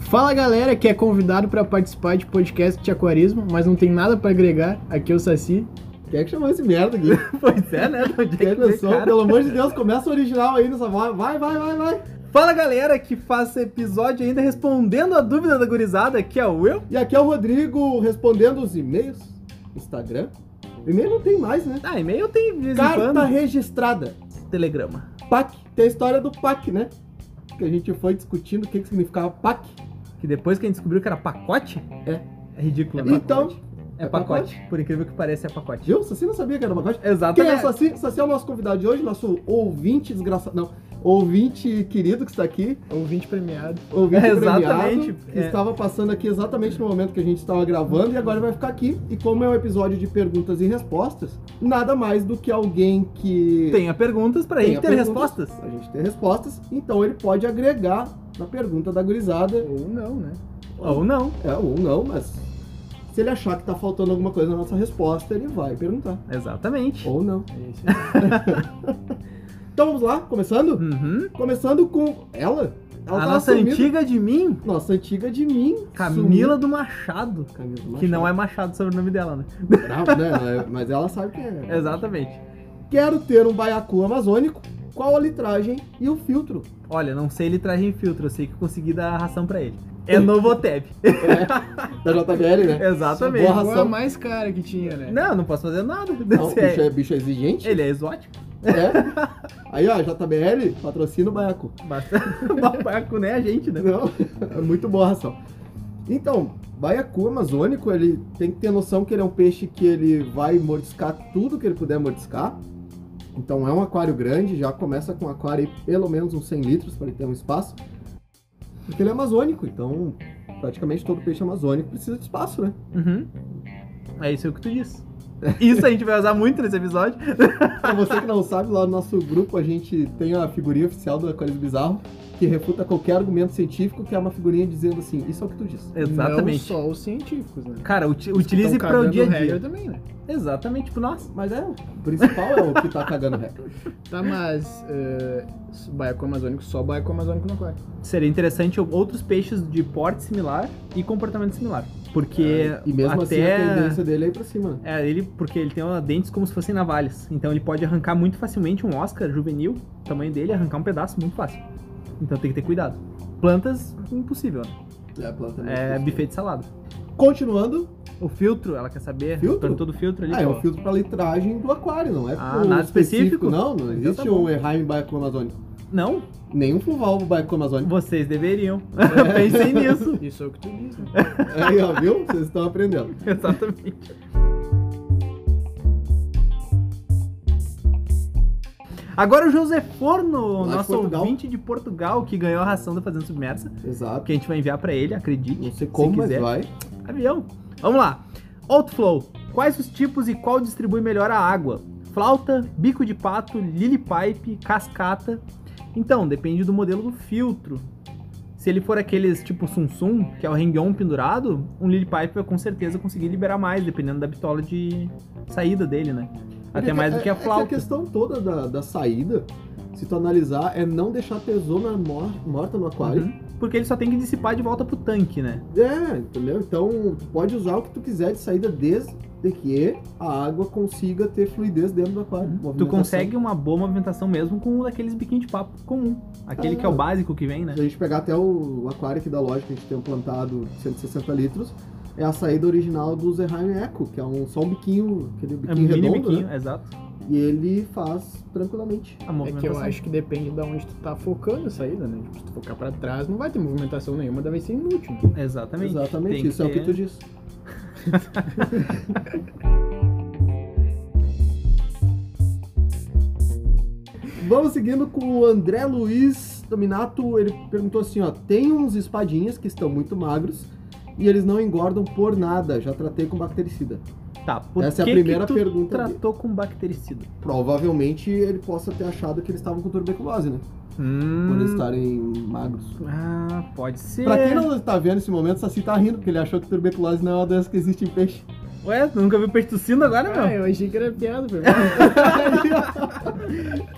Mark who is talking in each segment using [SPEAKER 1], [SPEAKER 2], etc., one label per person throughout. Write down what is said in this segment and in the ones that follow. [SPEAKER 1] Fala galera que é convidado pra participar de podcast de aquarismo, mas não tem nada pra agregar. Aqui é o Saci. Quem é que chamou esse merda aqui?
[SPEAKER 2] Pois é, né? De onde
[SPEAKER 1] Quem é que
[SPEAKER 2] é que veio,
[SPEAKER 1] pensou?
[SPEAKER 2] cara?
[SPEAKER 1] Pelo amor de Deus, começa o original aí nessa voz. Vai, vai, vai, vai.
[SPEAKER 2] Fala galera que faz esse episódio ainda respondendo a dúvida da gurizada, que é o eu.
[SPEAKER 1] E aqui é o Rodrigo respondendo os e-mails, Instagram. E-mail não tem mais,
[SPEAKER 3] Tá
[SPEAKER 1] né?
[SPEAKER 2] Ah, e-mail tem de vez em
[SPEAKER 1] Carta
[SPEAKER 2] quando.
[SPEAKER 1] registrada.
[SPEAKER 2] Telegrama.
[SPEAKER 1] PAC. Tem a história do PAC, né? Que a gente foi discutindo o que, que significava PAC.
[SPEAKER 2] Que depois que a gente descobriu que era pacote, é ridículo. né?
[SPEAKER 1] Então,
[SPEAKER 2] é pacote. Por incrível que pareça, é pacote.
[SPEAKER 1] Viu? Saci não sabia que era pacote.
[SPEAKER 3] Tá
[SPEAKER 1] Quem é
[SPEAKER 2] Exatamente.
[SPEAKER 1] o Saci? Saci é o nosso convidado de hoje, nosso ouvinte desgraçado. Não, ouvinte querido que está aqui.
[SPEAKER 3] Ouvinte premiado.
[SPEAKER 1] Ouvinte
[SPEAKER 2] É,
[SPEAKER 1] exatamente.
[SPEAKER 2] exatamente.
[SPEAKER 1] Premiado, que
[SPEAKER 2] É.
[SPEAKER 1] estava passando aqui exatamente no momento que a gente estava gravando e agora vai ficar aqui. E como é um episódio de perguntas e respostas, nada mais do que alguém que.
[SPEAKER 2] Tenha perguntas pra
[SPEAKER 1] Tenha
[SPEAKER 2] gente ter
[SPEAKER 1] perguntas.
[SPEAKER 2] respostas.
[SPEAKER 1] A gente tem respostas, então ele pode agregar na pergunta da gurizada.
[SPEAKER 3] Ou não, né?
[SPEAKER 2] Ah, Ou não.
[SPEAKER 1] É, ou não, mas. Se ele achar que tá faltando alguma coisa na nossa resposta, ele vai perguntar.
[SPEAKER 2] Exatamente.
[SPEAKER 1] Ou não.
[SPEAKER 3] É isso.
[SPEAKER 1] Então vamos lá, começando?
[SPEAKER 2] Uhum.
[SPEAKER 1] Começando com ela. ela
[SPEAKER 2] A
[SPEAKER 1] tá
[SPEAKER 2] Ah, nossa
[SPEAKER 1] sumida.
[SPEAKER 2] antiga de mim,
[SPEAKER 1] Nossa antiga de mim.
[SPEAKER 2] Camila do Machado.
[SPEAKER 1] sumiu. Camila Machado.
[SPEAKER 2] Que não é Machado sobre o nome dela, né?
[SPEAKER 1] Não, né? não é- Mas ela sabe que é.
[SPEAKER 2] Exatamente.
[SPEAKER 1] Quero ter um baiacu amazônico. Qual a litragem e o filtro?
[SPEAKER 2] Olha, não sei ele traje em filtro, eu sei que eu consegui dar a ração pra ele. É Novoteb.
[SPEAKER 1] É, Da JBL, né?
[SPEAKER 2] Exatamente.
[SPEAKER 1] Boa
[SPEAKER 3] Foi é a
[SPEAKER 1] ração.
[SPEAKER 3] mais cara que tinha, né?
[SPEAKER 2] Não, não posso fazer nada.
[SPEAKER 1] Não, o
[SPEAKER 2] Você é-
[SPEAKER 1] bicho é, bicho é exigente.
[SPEAKER 2] Ele é exótico.
[SPEAKER 1] É. Aí, ó, JBL, patrocina o baiacu.
[SPEAKER 2] Basta babaco, né? A gente, né?
[SPEAKER 1] Não, é muito boa a ração. Então, baiacu amazônico, ele tem que ter noção que ele é um peixe que ele vai mordiscar tudo que ele puder mordiscar. Então é um aquário grande, já começa com um aquário aí pelo menos uns 100 litros para ele ter um espaço. Porque ele é amazônico, então praticamente todo peixe amazônico precisa de espaço, né?
[SPEAKER 2] Uhum. É isso que tu disse. Isso a gente vai usar muito nesse episódio.
[SPEAKER 1] Pra você que não sabe, lá no nosso grupo a gente tem a figurinha oficial do Aquarismo Bizarro, que refuta qualquer argumento científico, que é uma figurinha dizendo assim, isso é o que tu diz.
[SPEAKER 2] Exatamente.
[SPEAKER 3] Não só os científicos, né?
[SPEAKER 2] Cara, uti-
[SPEAKER 3] Os que
[SPEAKER 2] utilize
[SPEAKER 3] tão
[SPEAKER 2] para o
[SPEAKER 3] cagando
[SPEAKER 2] dia a
[SPEAKER 3] regra
[SPEAKER 2] dia.
[SPEAKER 3] também, né?
[SPEAKER 2] Exatamente, tipo, nossa.
[SPEAKER 1] Mas é, o principal é o que tá cagando reto.
[SPEAKER 3] Tá, mas uh, baiacu amazônico, só baiacu amazônico no aquário.
[SPEAKER 2] Seria interessante outros peixes de porte similar e comportamento similar. Porque
[SPEAKER 1] Ah, E mesmo
[SPEAKER 2] até...
[SPEAKER 1] assim a tendência dele é ir pra cima, né?
[SPEAKER 2] É, ele, porque ele tem ó, dentes como se fossem navalhas. Então ele pode arrancar muito facilmente um Oscar juvenil, o tamanho dele, arrancar um pedaço muito fácil. Então tem que ter cuidado. Plantas, impossível. né?
[SPEAKER 1] É, a planta
[SPEAKER 2] É
[SPEAKER 1] mesmo.
[SPEAKER 2] buffet de salada.
[SPEAKER 1] Continuando,
[SPEAKER 2] O filtro, ela quer saber?
[SPEAKER 1] Filtro?
[SPEAKER 2] Perguntou do filtro ali.
[SPEAKER 1] ah, é um filtro pra litragem do aquário, não é
[SPEAKER 2] Ah,
[SPEAKER 1] pro
[SPEAKER 2] nada específico?
[SPEAKER 1] Não, não
[SPEAKER 2] Então
[SPEAKER 1] existe
[SPEAKER 2] tá bom.
[SPEAKER 1] um Erheim um Baiacu Amazônico.
[SPEAKER 2] Não,
[SPEAKER 1] Nenhum Fulvalvo Baiacu Amazônico.
[SPEAKER 2] vocês deveriam. Pensei nisso.
[SPEAKER 3] Isso é o que tu diz, né?
[SPEAKER 1] Aí, ó, viu? Vocês estão aprendendo.
[SPEAKER 2] Exatamente. Agora o José Forno,
[SPEAKER 1] Lá de
[SPEAKER 2] nosso
[SPEAKER 1] Portugal.
[SPEAKER 2] ouvinte de Portugal, que ganhou a ração da Fazenda Submersa,
[SPEAKER 1] Exato.
[SPEAKER 2] que a gente vai enviar pra ele, acredite.
[SPEAKER 1] Não sei
[SPEAKER 2] se
[SPEAKER 1] como, mas
[SPEAKER 2] quiser.
[SPEAKER 1] vai.
[SPEAKER 2] Avião. Vamos lá. Outflow. Quais os tipos e qual distribui melhor a água? Flauta, bico de pato, lily pipe, cascata. Então, depende do modelo do filtro. Se ele for aqueles tipo Sun Sun, que é o Rengion pendurado, um lily pipe vai com certeza conseguir liberar mais, dependendo da bitola de saída dele, né? Até
[SPEAKER 1] É
[SPEAKER 2] mais do que a
[SPEAKER 1] é
[SPEAKER 2] flauta.
[SPEAKER 1] a questão toda da, da saída, se tu analisar, é não deixar tesoura mor- morta no aquário.
[SPEAKER 2] Uhum. Porque ele só tem que dissipar de volta pro tanque, né?
[SPEAKER 1] É, entendeu? Então, tu pode usar o que tu quiser de saída desde que a água consiga ter fluidez dentro do aquário.
[SPEAKER 2] Tu
[SPEAKER 1] movimentação.
[SPEAKER 2] consegue uma boa movimentação mesmo com um daqueles biquinhos de papo comum. Aquele
[SPEAKER 1] Ah,
[SPEAKER 2] que é o
[SPEAKER 1] não.
[SPEAKER 2] básico que vem, né?
[SPEAKER 1] Se a gente pegar até o aquário aqui da loja que a gente tem plantado de 160 litros, é a saída original do Zerheim Eco, que é um, só um biquinho, aquele
[SPEAKER 2] É um
[SPEAKER 1] biquinho
[SPEAKER 2] mini
[SPEAKER 1] redondo,
[SPEAKER 2] biquinho,
[SPEAKER 1] né?
[SPEAKER 2] exato.
[SPEAKER 1] E ele faz tranquilamente.
[SPEAKER 2] A
[SPEAKER 3] É
[SPEAKER 2] movimentação.
[SPEAKER 3] que eu acho que depende de onde tu tá focando a saída, né? Tipo, se tu focar pra trás, não vai ter movimentação nenhuma, daí vai ser inútil, né?
[SPEAKER 2] Exatamente.
[SPEAKER 1] Exatamente,
[SPEAKER 2] Tem
[SPEAKER 1] isso é o que
[SPEAKER 2] ter-
[SPEAKER 1] tu disse. Vamos seguindo com o André Luiz Dominato. Ele perguntou assim: ó, tem uns espadinhas que estão muito magros e eles não engordam por nada. Já tratei com bactericida.
[SPEAKER 2] Tá, por
[SPEAKER 1] Essa é a
[SPEAKER 2] que
[SPEAKER 1] primeira
[SPEAKER 2] que tu
[SPEAKER 1] pergunta dele.
[SPEAKER 2] tratou com bactericida?
[SPEAKER 1] Provavelmente ele possa ter achado que eles estavam com tuberculose, né? Por eles
[SPEAKER 2] Hum...
[SPEAKER 1] estarem magros.
[SPEAKER 2] Ah, pode ser.
[SPEAKER 1] é Pra quem não tá vendo esse momento, o Saci tá rindo, porque ele achou que tuberculose não é uma doença que existe em peixe.
[SPEAKER 2] Ué, tu nunca viu peixe tossindo agora,
[SPEAKER 3] Ah,
[SPEAKER 1] é.
[SPEAKER 2] meu?
[SPEAKER 3] eu achei que era piada, foi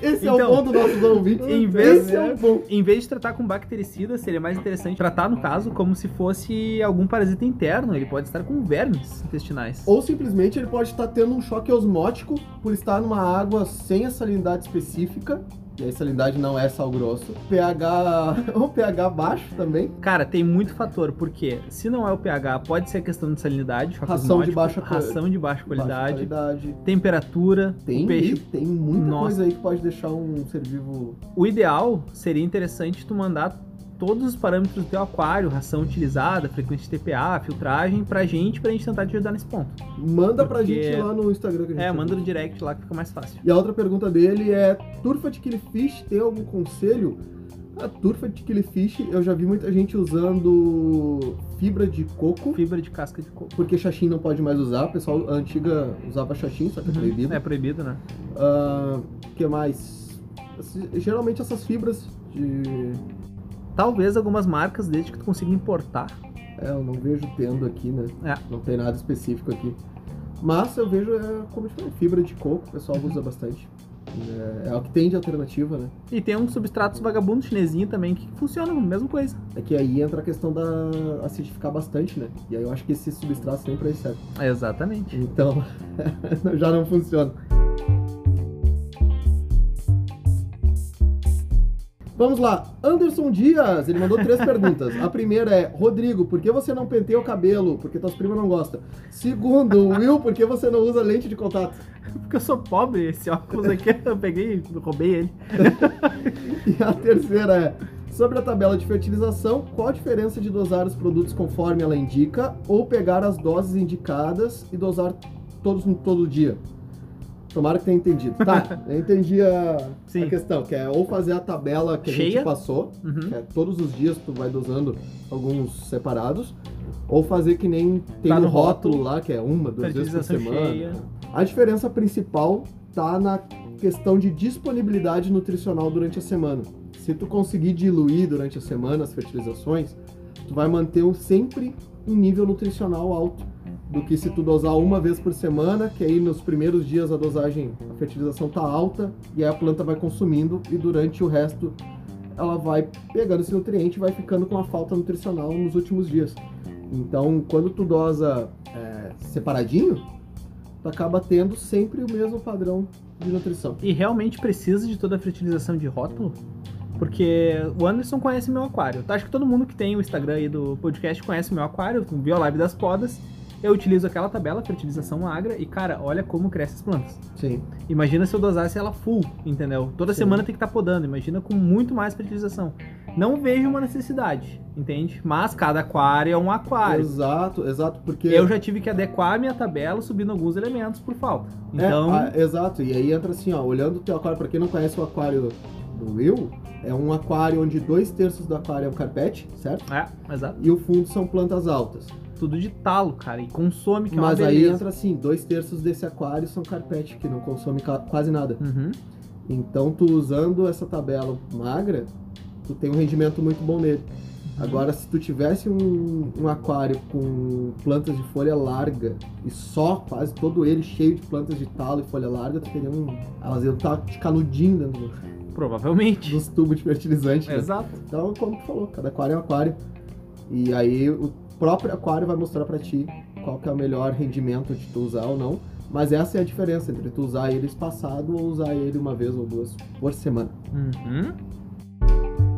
[SPEAKER 1] Esse é
[SPEAKER 2] Então,
[SPEAKER 1] o bom do nosso ouvinte.
[SPEAKER 2] em vez-
[SPEAKER 1] Esse é o bom.
[SPEAKER 2] Em vez de né? tratar com bactericida, seria mais interessante tratar, no caso, como se fosse algum parasita interno. Ele pode estar com vermes intestinais.
[SPEAKER 1] Ou simplesmente ele pode estar tendo um choque osmótico por estar numa água sem a salinidade específica. E a salinidade não é sal grosso. pH. ou pH baixo também.
[SPEAKER 2] Cara, tem muito fator, porque se não é o pH, pode ser a questão de salinidade, choque
[SPEAKER 1] Ração de
[SPEAKER 2] osmótico,
[SPEAKER 1] baixa qual-
[SPEAKER 2] ração de
[SPEAKER 1] Baixa
[SPEAKER 2] baixa qualidade,
[SPEAKER 1] qualidade.
[SPEAKER 2] temperatura,
[SPEAKER 1] Tem,
[SPEAKER 2] o peixe.
[SPEAKER 1] tem muita
[SPEAKER 2] Um Nossa.
[SPEAKER 1] coisa aí que pode deixar um ser vivo.
[SPEAKER 2] O ideal seria interessante tu mandar todos os parâmetros do teu aquário, ração utilizada, frequência de TPA, filtragem, pra gente, pra gente tentar te ajudar nesse ponto.
[SPEAKER 1] Manda pra
[SPEAKER 2] Porque-
[SPEAKER 1] gente lá no Instagram que a gente
[SPEAKER 2] É,
[SPEAKER 1] tá
[SPEAKER 2] manda
[SPEAKER 1] vendo.
[SPEAKER 2] no direct lá que fica mais fácil.
[SPEAKER 1] E a outra pergunta dele é: turfa de killifish tem algum conselho? A turfa de killifish, eu já vi muita gente usando fibra de coco,
[SPEAKER 2] Fibra de casca de coco.
[SPEAKER 1] porque xaxim não pode mais usar. O pessoal a antiga usava xaxim, só que é proibido.
[SPEAKER 2] É proibido, né?
[SPEAKER 1] Ah, que mais? Assim, Geralmente essas fibras de.
[SPEAKER 2] Talvez algumas marcas, desde que tu consiga importar.
[SPEAKER 1] É, eu não vejo tendo aqui, né?
[SPEAKER 2] É.
[SPEAKER 1] Não tem nada específico aqui. Mas eu vejo, é, como eu te falei, fibra de coco, o pessoal usa bastante. É, é o que tem de alternativa, né?
[SPEAKER 2] E tem uns substratos vagabundos chinesinho também que funcionam, mesma coisa.
[SPEAKER 1] É que aí entra a questão da acidificar bastante, né? E aí eu acho que esse substrato sempre é certo.
[SPEAKER 2] Exatamente.
[SPEAKER 1] Então, já não funciona. Vamos lá. Anderson Dias, ele mandou três perguntas. A primeira é, Rodrigo, por que você não penteia o cabelo? Porque tuas primas não gostam. Segundo, Will, por que você não usa lente de contato?
[SPEAKER 2] Porque eu sou pobre, esse óculos aqui eu peguei, roubei ele.
[SPEAKER 1] E a terceira é, sobre a tabela de fertilização, qual a diferença de dosar os produtos conforme ela indica ou pegar as doses indicadas e dosar todos no todo dia? Tomara que tenha entendido. Tá, eu entendi a, a
[SPEAKER 2] Sim.
[SPEAKER 1] questão, que é ou fazer a tabela que a
[SPEAKER 2] Cheia.
[SPEAKER 1] gente passou,
[SPEAKER 2] Uhum.
[SPEAKER 1] que é todos os dias tu vai dosando alguns separados, ou fazer que nem tem
[SPEAKER 2] Tá
[SPEAKER 1] no
[SPEAKER 2] no
[SPEAKER 1] rótulo,
[SPEAKER 2] rótulo.
[SPEAKER 1] lá, que é uma, duas vezes por
[SPEAKER 2] Fertilização
[SPEAKER 1] semana.
[SPEAKER 2] cheia.
[SPEAKER 1] A diferença principal tá na questão de disponibilidade nutricional durante a semana. Se tu conseguir diluir durante a semana as fertilizações, tu vai manter um- sempre um nível nutricional alto do que se tu dosar uma vez por semana, que aí nos primeiros dias a dosagem, a fertilização tá alta e aí a planta vai consumindo e durante o resto ela vai pegando esse nutriente e vai ficando com a falta nutricional nos últimos dias. Então, quando tu dosa é, separadinho, tu acaba tendo sempre o mesmo padrão de nutrição.
[SPEAKER 2] E realmente precisa de toda a fertilização de rótulo? Porque o Anderson conhece meu aquário. Tá? Acho que todo mundo que tem o Instagram aí do podcast conhece meu aquário, viu a live das podas. Eu utilizo aquela tabela, fertilização agra, e cara, olha como crescem as plantas.
[SPEAKER 1] Sim.
[SPEAKER 2] Imagina se eu dosasse ela full, entendeu? Toda
[SPEAKER 1] Sim.
[SPEAKER 2] semana tem que estar podando, imagina com muito mais fertilização. Não vejo uma necessidade, entende? Mas cada aquário é um aquário.
[SPEAKER 1] Exato, exato, porque
[SPEAKER 2] Eu já tive que adequar a minha tabela subindo alguns elementos por falta.
[SPEAKER 1] É,
[SPEAKER 2] Então,
[SPEAKER 1] a- exato, e aí entra assim, ó, olhando o teu aquário, pra quem não conhece o aquário do Will, é um aquário onde dois terços do aquário é um carpete, certo?
[SPEAKER 2] é, exato.
[SPEAKER 1] E o fundo são plantas altas.
[SPEAKER 2] tudo de talo, cara, e consome, que
[SPEAKER 1] Mas
[SPEAKER 2] é uma
[SPEAKER 1] aí
[SPEAKER 2] beleza.
[SPEAKER 1] entra assim, dois terços desse aquário são carpete, que não consome ca- quase nada.
[SPEAKER 2] Uhum.
[SPEAKER 1] Então, tu usando essa tabela magra, tu tem um rendimento muito bom nele. Agora, se tu tivesse um, um aquário com plantas de folha larga e só quase todo ele cheio de plantas de talo e folha larga, tu teria um. Elas iam estar de canudinho dentro do-
[SPEAKER 2] Provavelmente.
[SPEAKER 1] dos tubos de fertilizante. né?
[SPEAKER 2] Exato.
[SPEAKER 1] Então, como tu falou, cada aquário é um aquário. E aí o próprio aquário vai mostrar pra ti qual que é o melhor rendimento de tu usar ou não. Mas essa é a diferença entre tu usar ele espaçado ou usar ele uma vez ou duas por semana.
[SPEAKER 2] Uhum.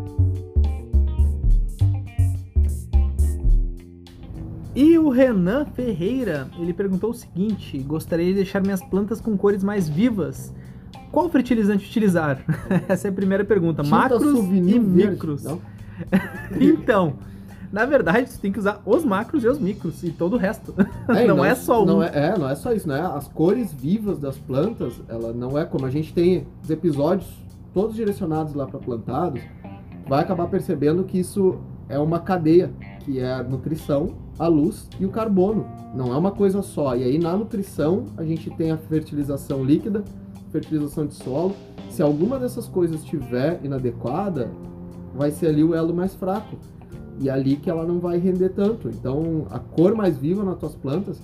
[SPEAKER 2] E o Renan Ferreira, ele perguntou o seguinte: gostaria de deixar minhas plantas com cores mais vivas. Qual fertilizante utilizar? Essa é a primeira pergunta.
[SPEAKER 1] Tinta
[SPEAKER 2] macros
[SPEAKER 1] souvenir
[SPEAKER 2] e
[SPEAKER 1] verde,
[SPEAKER 2] micros.
[SPEAKER 1] não?
[SPEAKER 2] Então, na verdade, você tem que usar os macros e os micros e todo o resto.
[SPEAKER 1] É, e
[SPEAKER 2] Não é só um.
[SPEAKER 1] Não é, é, não é só isso, né? As cores vivas das plantas, ela não é como a gente tem os episódios todos direcionados lá para plantados, vai acabar percebendo que isso é uma cadeia, que é a nutrição, a luz e o carbono. Não é uma coisa só. E aí na nutrição a gente tem a fertilização líquida, fertilização de solo. Se alguma dessas coisas estiver inadequada, vai ser ali o elo mais fraco. é E ali que ela não vai render tanto. Então, a cor mais viva nas tuas plantas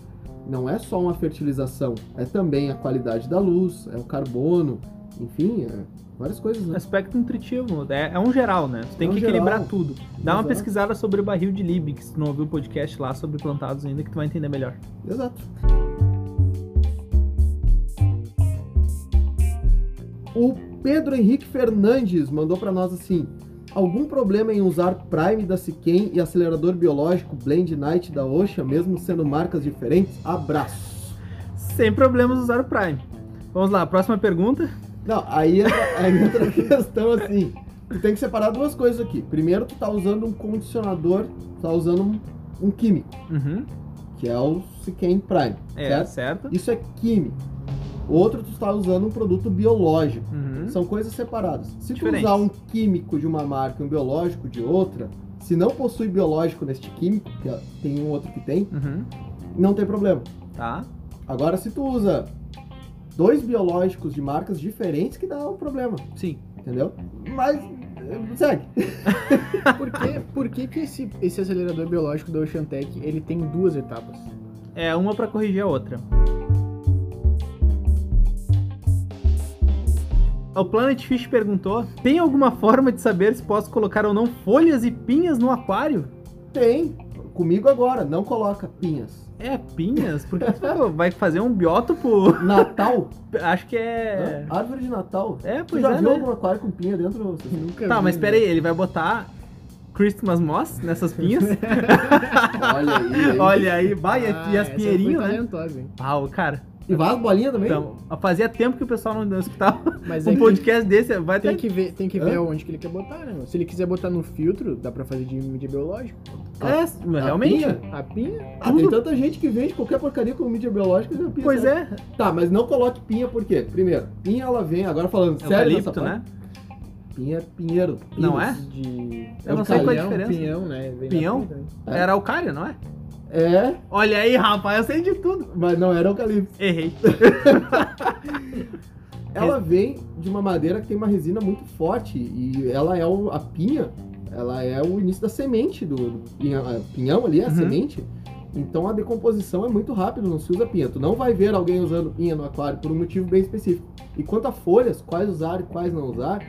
[SPEAKER 1] não é só uma fertilização, é também a qualidade da luz, é o carbono, enfim, é várias coisas, né?
[SPEAKER 2] Aspecto nutritivo, é, é um geral, né? Tu tem
[SPEAKER 1] É um
[SPEAKER 2] que equilibrar
[SPEAKER 1] geral.
[SPEAKER 2] tudo. Dá uma
[SPEAKER 1] Exato.
[SPEAKER 2] pesquisada sobre o barril de Liebig, que se tu não ouviu o podcast lá sobre plantados ainda, que tu vai entender melhor.
[SPEAKER 1] Exato. O Pedro Henrique Fernandes mandou pra nós assim: algum problema em usar Prime da Siquem e acelerador biológico Blend Night da Osha, mesmo sendo marcas diferentes? Abraço.
[SPEAKER 2] Sem problemas usar o Prime. Vamos lá, próxima pergunta.
[SPEAKER 1] Não, aí entra, aí entra a questão assim. Tu tem que separar duas coisas aqui. Primeiro, tu tá usando um condicionador, tu tá usando um, um químico,
[SPEAKER 2] Uhum.
[SPEAKER 1] que é o Siquem Prime,
[SPEAKER 2] É,
[SPEAKER 1] certo?
[SPEAKER 2] certo?
[SPEAKER 1] Isso é químico. Outro, tu está usando um produto biológico.
[SPEAKER 2] Uhum.
[SPEAKER 1] São coisas separadas. Se tu
[SPEAKER 2] Diferentes.
[SPEAKER 1] usar um químico de uma marca e um biológico de outra, se não possui biológico neste químico, que ó, tem um outro que tem,
[SPEAKER 2] Uhum.
[SPEAKER 1] não tem problema.
[SPEAKER 2] Tá.
[SPEAKER 1] Agora, se tu usa dois biológicos de marcas diferentes, que dá um problema,
[SPEAKER 2] Sim.
[SPEAKER 1] entendeu? Mas, eh, segue.
[SPEAKER 3] Por que, por que, que esse, esse acelerador biológico da Oceantec ele tem duas etapas?
[SPEAKER 2] É uma pra corrigir a outra. O Planet Fish perguntou: tem alguma forma de saber se posso colocar ou não folhas e pinhas no aquário?
[SPEAKER 1] Tem. Comigo agora, não coloca pinhas.
[SPEAKER 2] É, pinhas? Porque tu vai- vai fazer um biótopo.
[SPEAKER 1] Natal?
[SPEAKER 2] Acho que é.
[SPEAKER 1] Hã? Árvore de Natal?
[SPEAKER 2] É,
[SPEAKER 1] Tu
[SPEAKER 2] pois
[SPEAKER 1] já
[SPEAKER 2] é.
[SPEAKER 1] viu
[SPEAKER 2] né?
[SPEAKER 1] algum aquário com pinha dentro?
[SPEAKER 3] Nunca
[SPEAKER 2] Tá,
[SPEAKER 3] vi,
[SPEAKER 2] mas
[SPEAKER 3] né?
[SPEAKER 2] pera aí, ele vai botar Christmas Moss nessas pinhas?
[SPEAKER 1] Olha aí. hein?
[SPEAKER 2] Olha aí, vai,
[SPEAKER 3] Ah,
[SPEAKER 2] e as
[SPEAKER 3] essa
[SPEAKER 2] pinheirinhas,
[SPEAKER 3] foi
[SPEAKER 2] né?
[SPEAKER 3] talentosa, hein?
[SPEAKER 2] Pau, cara.
[SPEAKER 1] E vai as bolinhas também?
[SPEAKER 2] Então, fazia tempo que o pessoal não- não escutava
[SPEAKER 3] Mas é
[SPEAKER 2] um
[SPEAKER 3] que
[SPEAKER 2] podcast desse, vai
[SPEAKER 3] tem
[SPEAKER 2] ter.
[SPEAKER 3] que ver, tem que ver
[SPEAKER 1] Hã?
[SPEAKER 3] aonde que ele quer botar, né? meu? Se ele quiser botar no filtro, dá pra fazer de mídia biológica.
[SPEAKER 2] É,
[SPEAKER 1] A
[SPEAKER 2] realmente.
[SPEAKER 1] pinha?
[SPEAKER 3] A pinha?
[SPEAKER 1] Ah, tem tanta gente que vende qualquer porcaria com mídia biológica e não pinha.
[SPEAKER 2] Pois
[SPEAKER 1] sabe?
[SPEAKER 2] é,
[SPEAKER 1] Tá, mas não coloque pinha por quê? Primeiro, pinha ela vem, agora falando sério dessa
[SPEAKER 2] eucalipto,
[SPEAKER 1] parte,
[SPEAKER 2] né?
[SPEAKER 1] Pinha é pinheiro. pinus.
[SPEAKER 2] Não é?
[SPEAKER 3] De...
[SPEAKER 2] Eu não sei qual é a
[SPEAKER 3] Eucalhão,
[SPEAKER 2] diferença.
[SPEAKER 3] Pinhão, né? Vem na
[SPEAKER 2] Pinhão?
[SPEAKER 3] fruta, né?
[SPEAKER 1] É.
[SPEAKER 2] Era alcária, não é?
[SPEAKER 1] É,
[SPEAKER 2] Olha aí, rapaz, eu sei de tudo.
[SPEAKER 1] mas não era eucalipto.
[SPEAKER 2] Errei.
[SPEAKER 1] Ela vem de uma madeira que tem uma resina muito forte e ela é o- a pinha, ela é o início da semente do, do pinha- a- pinhão ali, é a
[SPEAKER 2] Uhum.
[SPEAKER 1] semente. Então a decomposição é muito rápida, não se usa pinha. Tu não vai ver alguém usando pinha no aquário por um motivo bem específico. E quanto a folhas, quais usar e quais não usar,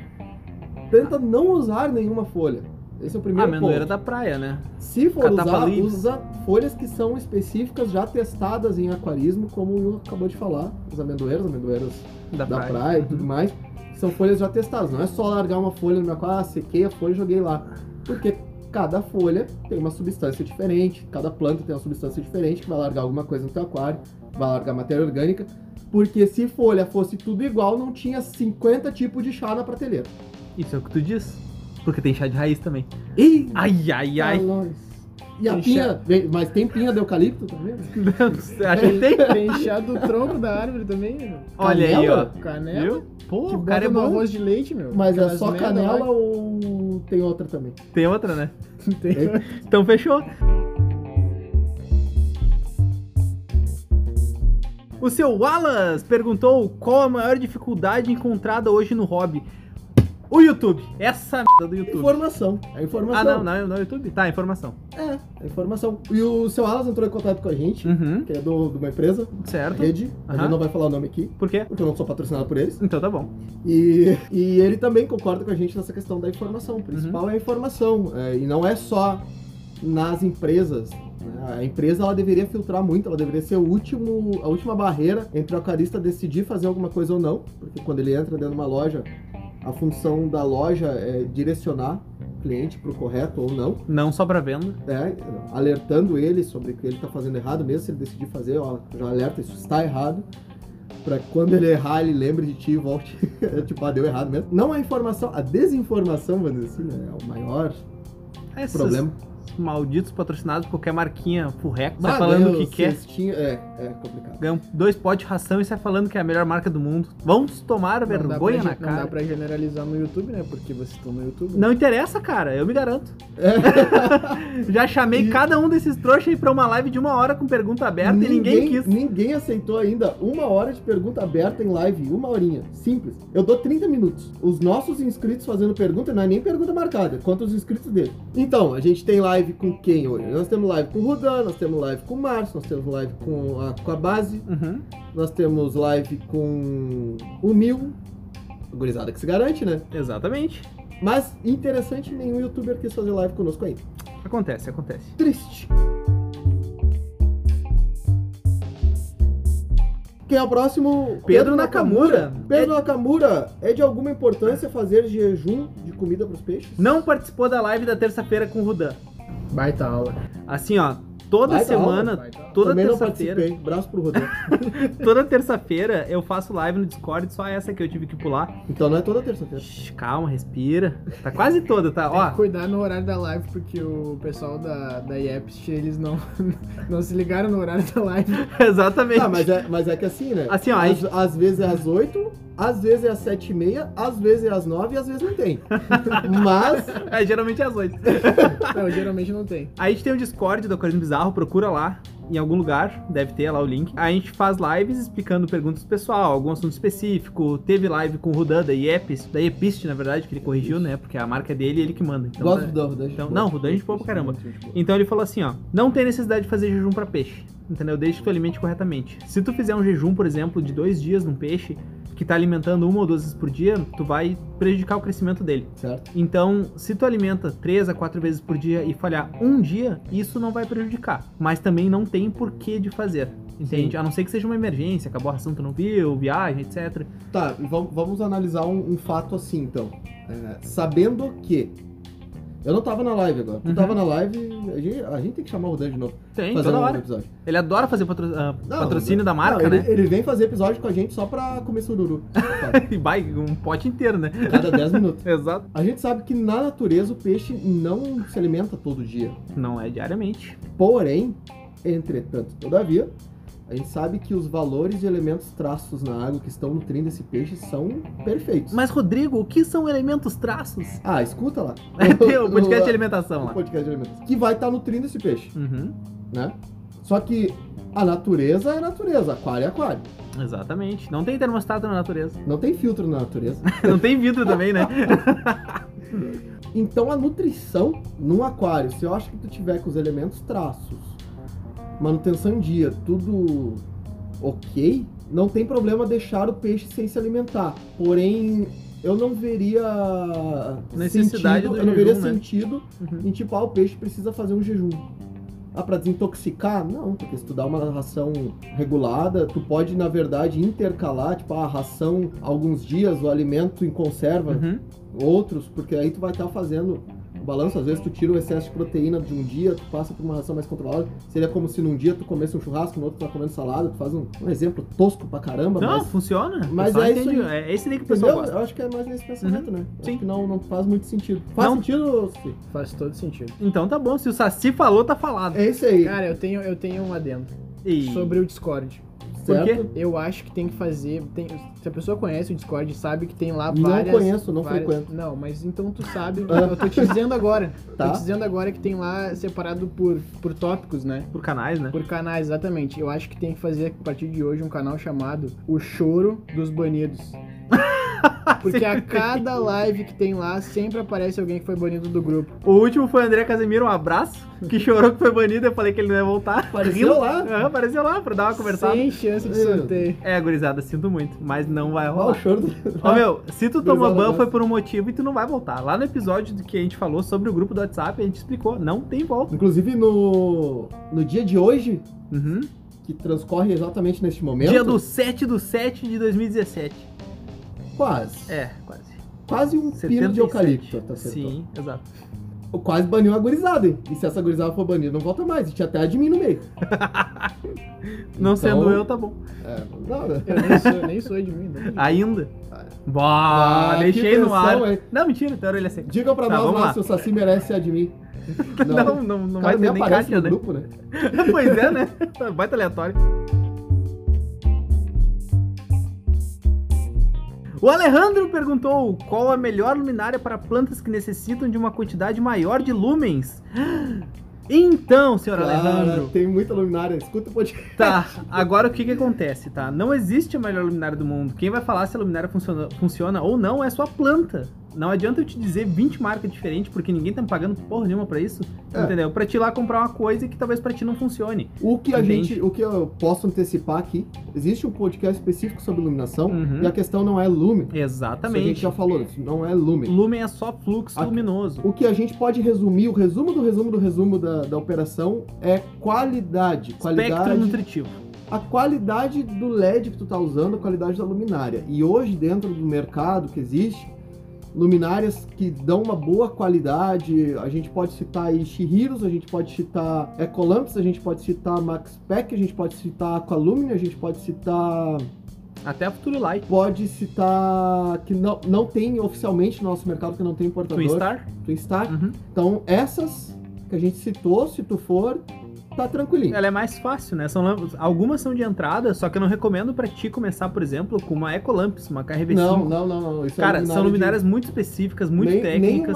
[SPEAKER 1] tenta não usar nenhuma folha. Esse é o
[SPEAKER 2] A
[SPEAKER 1] primeiro
[SPEAKER 2] amendoeira
[SPEAKER 1] ponto.
[SPEAKER 2] da praia, né?
[SPEAKER 1] Se for usar,
[SPEAKER 2] Catapali.
[SPEAKER 1] usa folhas que são específicas, já testadas em aquarismo, como o Will acabou de falar, os amendoeiros, amendoeiras
[SPEAKER 2] Da,
[SPEAKER 1] da
[SPEAKER 2] praia.
[SPEAKER 1] praia e tudo mais, são folhas já testadas. Não é só largar uma folha no meu aquário, ah, sequei a folha e joguei lá. Porque cada folha tem uma substância diferente, cada planta tem uma substância diferente que vai largar alguma coisa no teu aquário, vai largar matéria orgânica. Porque se folha fosse tudo igual, não tinha 50 tipos de chá na prateleira.
[SPEAKER 2] Isso é o que tu diz. Porque tem chá de raiz também.
[SPEAKER 1] Ih,
[SPEAKER 2] Ai, ai, ai.
[SPEAKER 1] E a
[SPEAKER 3] Tem
[SPEAKER 1] pinha, vem- mas tem pinha de eucalipto também?
[SPEAKER 2] Acho que tem.
[SPEAKER 3] Tem chá do tronco da árvore também, né? meu?
[SPEAKER 2] Olha aí, ó.
[SPEAKER 1] Canela?
[SPEAKER 3] Canela.
[SPEAKER 2] Viu? Pô,
[SPEAKER 3] Que
[SPEAKER 2] o cara é
[SPEAKER 3] no
[SPEAKER 2] bom.
[SPEAKER 3] arroz de leite, meu.
[SPEAKER 1] Mas é
[SPEAKER 3] Aquelas
[SPEAKER 1] só
[SPEAKER 3] merda
[SPEAKER 1] canela
[SPEAKER 3] lá
[SPEAKER 1] ou tem outra também?
[SPEAKER 2] Tem outra, né?
[SPEAKER 3] que tem.
[SPEAKER 2] Então fechou. O seu Wallace perguntou qual a maior dificuldade encontrada hoje no hobby. O YouTube. Essa merda do YouTube.
[SPEAKER 1] Informação. É informação.
[SPEAKER 2] Ah, não, não, não, YouTube. Tá, informação.
[SPEAKER 1] É, é informação. E o seu Alas entrou em contato com a gente,
[SPEAKER 2] Uhum,
[SPEAKER 1] que é do, de uma empresa,
[SPEAKER 2] certo.
[SPEAKER 1] rede. A
[SPEAKER 2] Aham.
[SPEAKER 1] gente não vai falar o nome aqui,
[SPEAKER 2] Por quê?
[SPEAKER 1] porque eu não sou patrocinado por eles.
[SPEAKER 2] Então tá bom.
[SPEAKER 1] E, e ele também concorda com a gente nessa questão da informação. O principal
[SPEAKER 2] Uhum.
[SPEAKER 1] é a informação. é, e não é só nas empresas. né? A empresa ela deveria filtrar muito, ela deveria ser o último, a última barreira entre o aquarista decidir fazer alguma coisa ou não, porque quando ele entra dentro de uma loja, a função da loja é direcionar o cliente para o correto ou não
[SPEAKER 2] Não só pra venda.
[SPEAKER 1] né, alertando ele sobre o que ele está fazendo errado, mesmo se ele decidir fazer, ó, já alerta, isso está errado, para quando ele errar, ele lembre de ti e volte, tipo, ah, deu errado mesmo. Não a informação, a desinformação, vamos dizer assim, né, é o maior
[SPEAKER 2] Esses
[SPEAKER 1] problema.
[SPEAKER 2] malditos patrocinados, qualquer marquinha furreco,
[SPEAKER 1] Bah,
[SPEAKER 2] sai tá falando o que
[SPEAKER 1] eu-
[SPEAKER 2] quer.
[SPEAKER 1] cestinha- é, é complicado.
[SPEAKER 2] Ganham dois potes de ração e sai falando que é a melhor marca do mundo. Vamos tomar
[SPEAKER 3] Não dá
[SPEAKER 2] vergonha
[SPEAKER 3] pra
[SPEAKER 2] na
[SPEAKER 3] gen- Não
[SPEAKER 2] cara.
[SPEAKER 3] dá pra generalizar no YouTube, né? Porque vocês estão no YouTube.
[SPEAKER 2] Não interessa, cara, eu me garanto. Já chamei
[SPEAKER 1] E-
[SPEAKER 2] cada um desses trouxas aí pra uma live de uma hora com pergunta aberta e ninguém quis.
[SPEAKER 1] ninguém aceitou ainda uma hora de pergunta aberta em live, uma horinha. Simples. Eu dou 30 minutos. é Os nossos inscritos fazendo pergunta, não é nem pergunta marcada, quanto os inscritos dele. Então, a gente tem live live com quem hoje? Nós temos live com o Rudan, nós temos live com o Márcio, nós temos live com a, com a base,
[SPEAKER 2] Uhum.
[SPEAKER 1] nós temos live com o Mil, a gurizada que se garante, né?
[SPEAKER 2] Exatamente.
[SPEAKER 1] Mas, interessante, nenhum youtuber quis fazer live conosco ainda.
[SPEAKER 2] Acontece, acontece.
[SPEAKER 1] Triste. Quem é o próximo?
[SPEAKER 2] Pedro Nakamura.
[SPEAKER 1] Pedro Nakamura, é de alguma importância fazer jejum de comida para os peixes?
[SPEAKER 2] Não participou da live da terça-feira com o Rudan.
[SPEAKER 3] Baita aula.
[SPEAKER 2] Assim, ó, toda
[SPEAKER 1] Vai dar
[SPEAKER 2] semana,
[SPEAKER 3] Baita aula.
[SPEAKER 2] toda
[SPEAKER 1] Também não
[SPEAKER 2] terça-feira,
[SPEAKER 1] participei. Braço pro Rodrigo.
[SPEAKER 2] toda terça-feira eu faço live no Discord, só essa que eu tive que pular.
[SPEAKER 1] então não é toda terça-feira.
[SPEAKER 2] Shh, Calma, respira. Tá quase toda, tá?
[SPEAKER 3] Tem que
[SPEAKER 2] Ó,
[SPEAKER 3] cuidar no horário da live, porque o pessoal da, da IEPS, eles não, não se ligaram no horário da live.
[SPEAKER 2] exatamente.
[SPEAKER 1] Tá, mas é, mas é que assim, né?
[SPEAKER 2] Assim, ó, a
[SPEAKER 1] às,
[SPEAKER 2] gente-
[SPEAKER 1] às vezes é às 8, às vezes é às 7 e meia, às vezes é às 9 e às vezes não tem. mas
[SPEAKER 2] É, geralmente é às oito.
[SPEAKER 3] Não, geralmente não tem.
[SPEAKER 2] A gente tem o Discord do Aquarismo Bizarro, procura lá em algum lugar, deve ter lá o link. A gente faz lives explicando perguntas do pessoal, algum assunto específico. Teve live com o Rudan da Iepis, da Iepist, é na verdade, que ele corrigiu, né? Porque a marca é dele e ele que manda. Então,
[SPEAKER 1] gosto
[SPEAKER 2] né?
[SPEAKER 1] do Rodan.
[SPEAKER 2] então- não, o Rudan a gente pôr pra caramba. Então ele falou assim, ó, não tem necessidade de fazer jejum pra peixe, entendeu? Desde que tu alimente corretamente. Se tu fizer um jejum, por exemplo, de dois dias num peixe que tá alimentando uma ou duas vezes por dia, tu vai prejudicar o crescimento dele.
[SPEAKER 1] Certo?
[SPEAKER 2] Então, se tu alimenta três a quatro vezes por dia e falhar um dia, isso não vai prejudicar. Mas também não tem porquê de fazer. Entende? A não ser que seja uma emergência, acabou a ração, tu não viu, viagem, etc.
[SPEAKER 1] Tá, e vamos, vamos analisar um, um fato assim, então. É, sabendo que. Eu não tava na live agora. Tu
[SPEAKER 2] Uhum.
[SPEAKER 1] tava na live. A gente, a gente tem que chamar o Rodan de novo.
[SPEAKER 2] Tem,
[SPEAKER 1] fazer
[SPEAKER 2] toda
[SPEAKER 1] um
[SPEAKER 2] hora.
[SPEAKER 1] episódio.
[SPEAKER 2] Ele adora fazer patro- ah,
[SPEAKER 1] Não, é-
[SPEAKER 2] patrocínio da marca,
[SPEAKER 1] Não, ele,
[SPEAKER 2] né?
[SPEAKER 1] ele vem fazer episódio com a gente só pra comer sururu. Sabe?
[SPEAKER 2] E vai um pote inteiro, né?
[SPEAKER 1] Cada 10 minutos.
[SPEAKER 2] Exato.
[SPEAKER 1] A gente sabe que na natureza o peixe não se alimenta todo dia.
[SPEAKER 2] Não é diariamente.
[SPEAKER 1] Porém, entretanto, todavia, a gente sabe que os valores de elementos traços na água que estão nutrindo esse peixe são perfeitos.
[SPEAKER 2] Mas, Rodrigo, o que são elementos traços?
[SPEAKER 1] Ah, escuta lá.
[SPEAKER 2] Tem o podcast de
[SPEAKER 1] No-
[SPEAKER 2] alimentação
[SPEAKER 1] no
[SPEAKER 2] lá.
[SPEAKER 1] podcast de elementos. Que vai estar nutrindo esse peixe,
[SPEAKER 2] Uhum,
[SPEAKER 1] né? Só que a natureza é natureza, aquário é aquário.
[SPEAKER 2] exatamente. Não tem termostato na natureza.
[SPEAKER 1] Não tem filtro na natureza.
[SPEAKER 2] Não tem vidro também, né?
[SPEAKER 1] Então a nutrição num aquário, se eu acho que tu tiver com os elementos traços, manutenção em dia, tudo ok, não tem problema deixar o peixe sem se alimentar. Porém, eu não veria
[SPEAKER 2] Necessidade
[SPEAKER 1] sentido,
[SPEAKER 2] do
[SPEAKER 1] eu não veria
[SPEAKER 2] jejum, né?
[SPEAKER 1] sentido
[SPEAKER 2] Uhum.
[SPEAKER 1] em tipo, ah, o peixe precisa fazer um jejum. Ah, pra desintoxicar? Não, porque se tu dá uma ração regulada, tu pode, na verdade, intercalar, tipo, a ração alguns dias, o alimento em conserva,
[SPEAKER 2] Uhum.
[SPEAKER 1] outros, porque aí tu vai estar fazendo o balanço, às vezes tu tira o excesso de proteína de um dia, tu passa por uma ração mais controlada, seria como se num dia tu comesse um churrasco, no outro tu tá comendo salada, tu faz um, um exemplo tosco pra caramba,
[SPEAKER 2] Não,
[SPEAKER 1] mas...
[SPEAKER 2] funciona. O
[SPEAKER 1] mas
[SPEAKER 2] pessoal
[SPEAKER 1] é isso
[SPEAKER 2] entende.
[SPEAKER 1] aí.
[SPEAKER 2] É esse daí que o pessoal
[SPEAKER 1] Entendeu?
[SPEAKER 2] gosta. Uhum.
[SPEAKER 1] Eu acho que é mais nesse pensamento, né?
[SPEAKER 2] Sim.
[SPEAKER 1] Acho que não, não faz muito sentido. Faz
[SPEAKER 2] Não.
[SPEAKER 1] sentido, Fi?
[SPEAKER 3] Faz todo sentido.
[SPEAKER 2] Então tá bom, se o Saci falou, tá falado.
[SPEAKER 1] É isso aí.
[SPEAKER 3] Cara, eu tenho, eu tenho um adendo
[SPEAKER 2] E-
[SPEAKER 3] sobre o Discord.
[SPEAKER 2] por quê?
[SPEAKER 1] certo?
[SPEAKER 3] Eu acho que tem que fazer. tem- se a pessoa conhece o Discord, sabe que tem lá
[SPEAKER 1] Não
[SPEAKER 3] várias.
[SPEAKER 1] conheço, não
[SPEAKER 3] várias-
[SPEAKER 1] frequento.
[SPEAKER 3] Não, mas então tu sabe.
[SPEAKER 1] Ah.
[SPEAKER 3] eu tô te dizendo agora.
[SPEAKER 1] Tá.
[SPEAKER 3] Tô te dizendo agora que tem lá separado por, por tópicos, né?
[SPEAKER 2] Por canais, né?
[SPEAKER 3] Por canais, exatamente. Eu acho que tem que fazer a partir de hoje um canal chamado O Choro dos Banidos. Porque a cada live que tem lá, sempre aparece alguém que foi banido do grupo.
[SPEAKER 2] O último foi o André Casemiro, um abraço, que chorou que foi banido, eu falei que ele não ia voltar.
[SPEAKER 1] Apareceu
[SPEAKER 2] Riu.
[SPEAKER 1] lá.
[SPEAKER 2] Aham, apareceu lá pra dar uma conversada.
[SPEAKER 3] Sem chance de
[SPEAKER 1] Meu
[SPEAKER 3] sorteio.
[SPEAKER 2] É, gurizada, sinto muito, mas não vai
[SPEAKER 1] Olha o
[SPEAKER 2] rolar.
[SPEAKER 1] choro do...
[SPEAKER 2] Ô meu, se tu toma
[SPEAKER 1] Gurizada
[SPEAKER 2] ban
[SPEAKER 1] gosta.
[SPEAKER 2] foi por um motivo e tu não vai voltar. Lá no episódio do que a gente falou sobre o grupo do WhatsApp, a gente explicou, não tem volta.
[SPEAKER 1] Inclusive, no, no dia de hoje,
[SPEAKER 2] Uhum.
[SPEAKER 1] que transcorre exatamente neste momento...
[SPEAKER 2] Dia do 7 do 7 de 2017.
[SPEAKER 1] Quase.
[SPEAKER 2] É, quase.
[SPEAKER 1] Quase um pino de
[SPEAKER 2] 77.
[SPEAKER 1] eucalipto. tá certo?
[SPEAKER 2] Sim, exato.
[SPEAKER 1] Eu quase baniu a gurizada, hein? E se essa gurizada for banida, não volta mais. E tinha até a de mim no meio.
[SPEAKER 2] Não
[SPEAKER 1] Então-
[SPEAKER 2] sendo eu, tá bom.
[SPEAKER 1] É, não, né?
[SPEAKER 3] Eu nem sou, nem sou de mim. né?
[SPEAKER 2] Ainda.
[SPEAKER 1] Ah,
[SPEAKER 2] Bah,
[SPEAKER 1] que
[SPEAKER 2] Ah, deixei no ar.
[SPEAKER 1] tensão, hein?
[SPEAKER 2] Não, mentira, então ele é seco.
[SPEAKER 1] Diga pra
[SPEAKER 2] Tá,
[SPEAKER 1] nós
[SPEAKER 2] vamos
[SPEAKER 1] lá
[SPEAKER 2] lá.
[SPEAKER 1] se o Saci merece a de mim.
[SPEAKER 2] Não, não, não
[SPEAKER 1] o cara
[SPEAKER 2] vai
[SPEAKER 1] nem
[SPEAKER 2] ter nem
[SPEAKER 1] aparece
[SPEAKER 2] caixa,
[SPEAKER 1] no
[SPEAKER 2] né?
[SPEAKER 1] grupo, né?
[SPEAKER 2] pois é, né? Baita aleatório. O Alejandro perguntou qual a melhor luminária para plantas que necessitam de uma quantidade maior de lumens. Então, senhor
[SPEAKER 1] Cara,
[SPEAKER 2] Alejandro,
[SPEAKER 1] tem muita luminária. Escuta o podcast.
[SPEAKER 2] tá. Agora o que que acontece, tá? Não existe a melhor luminária do mundo. Quem vai falar se a luminária funciona, funciona ou não é sua planta. Não adianta eu te dizer 20 marcas diferentes, porque ninguém tá me pagando porra nenhuma pra isso.
[SPEAKER 1] É.
[SPEAKER 2] Entendeu? Pra te ir lá comprar uma coisa que talvez pra ti não funcione.
[SPEAKER 1] O que a
[SPEAKER 2] Entende?
[SPEAKER 1] gente, o que eu posso antecipar aqui, existe um podcast específico sobre iluminação
[SPEAKER 2] Uhum.
[SPEAKER 1] e a questão não é lume. Isso a gente
[SPEAKER 2] Exatamente.
[SPEAKER 1] já falou, isso não é lume.
[SPEAKER 2] Lumen é só fluxo
[SPEAKER 1] Aqui.
[SPEAKER 2] luminoso.
[SPEAKER 1] O que a gente pode resumir, o resumo do resumo do resumo da, da operação é qualidade.
[SPEAKER 2] Espectro
[SPEAKER 1] Qualidade.
[SPEAKER 2] nutritivo.
[SPEAKER 1] A qualidade do LED que tu tá usando, a qualidade da luminária. E hoje, dentro do mercado que existe, luminárias que dão uma boa qualidade, a gente pode citar aí Shihiros, a gente pode citar Ecolamps, a gente pode citar MaxPack, a gente pode citar Aqualumina, a gente pode citar
[SPEAKER 2] Até a Futuro Light.
[SPEAKER 1] pode citar que não, não tem oficialmente no nosso mercado, que não tem importador.
[SPEAKER 2] Twinstar.
[SPEAKER 1] Twinstar.
[SPEAKER 2] Uhum.
[SPEAKER 1] Então, essas que a gente citou, se tu for, tá tranquilinho.
[SPEAKER 2] Ela é mais fácil, né? São lâmpadas- algumas são de entrada, só que eu não recomendo pra ti começar, por exemplo, com uma Ecolamps, uma KRV5.
[SPEAKER 1] Não, não, não, não. Isso é
[SPEAKER 2] Cara, são
[SPEAKER 1] luminária
[SPEAKER 2] luminárias muito específicas,
[SPEAKER 1] de-
[SPEAKER 2] muito
[SPEAKER 1] nem,
[SPEAKER 2] técnicas.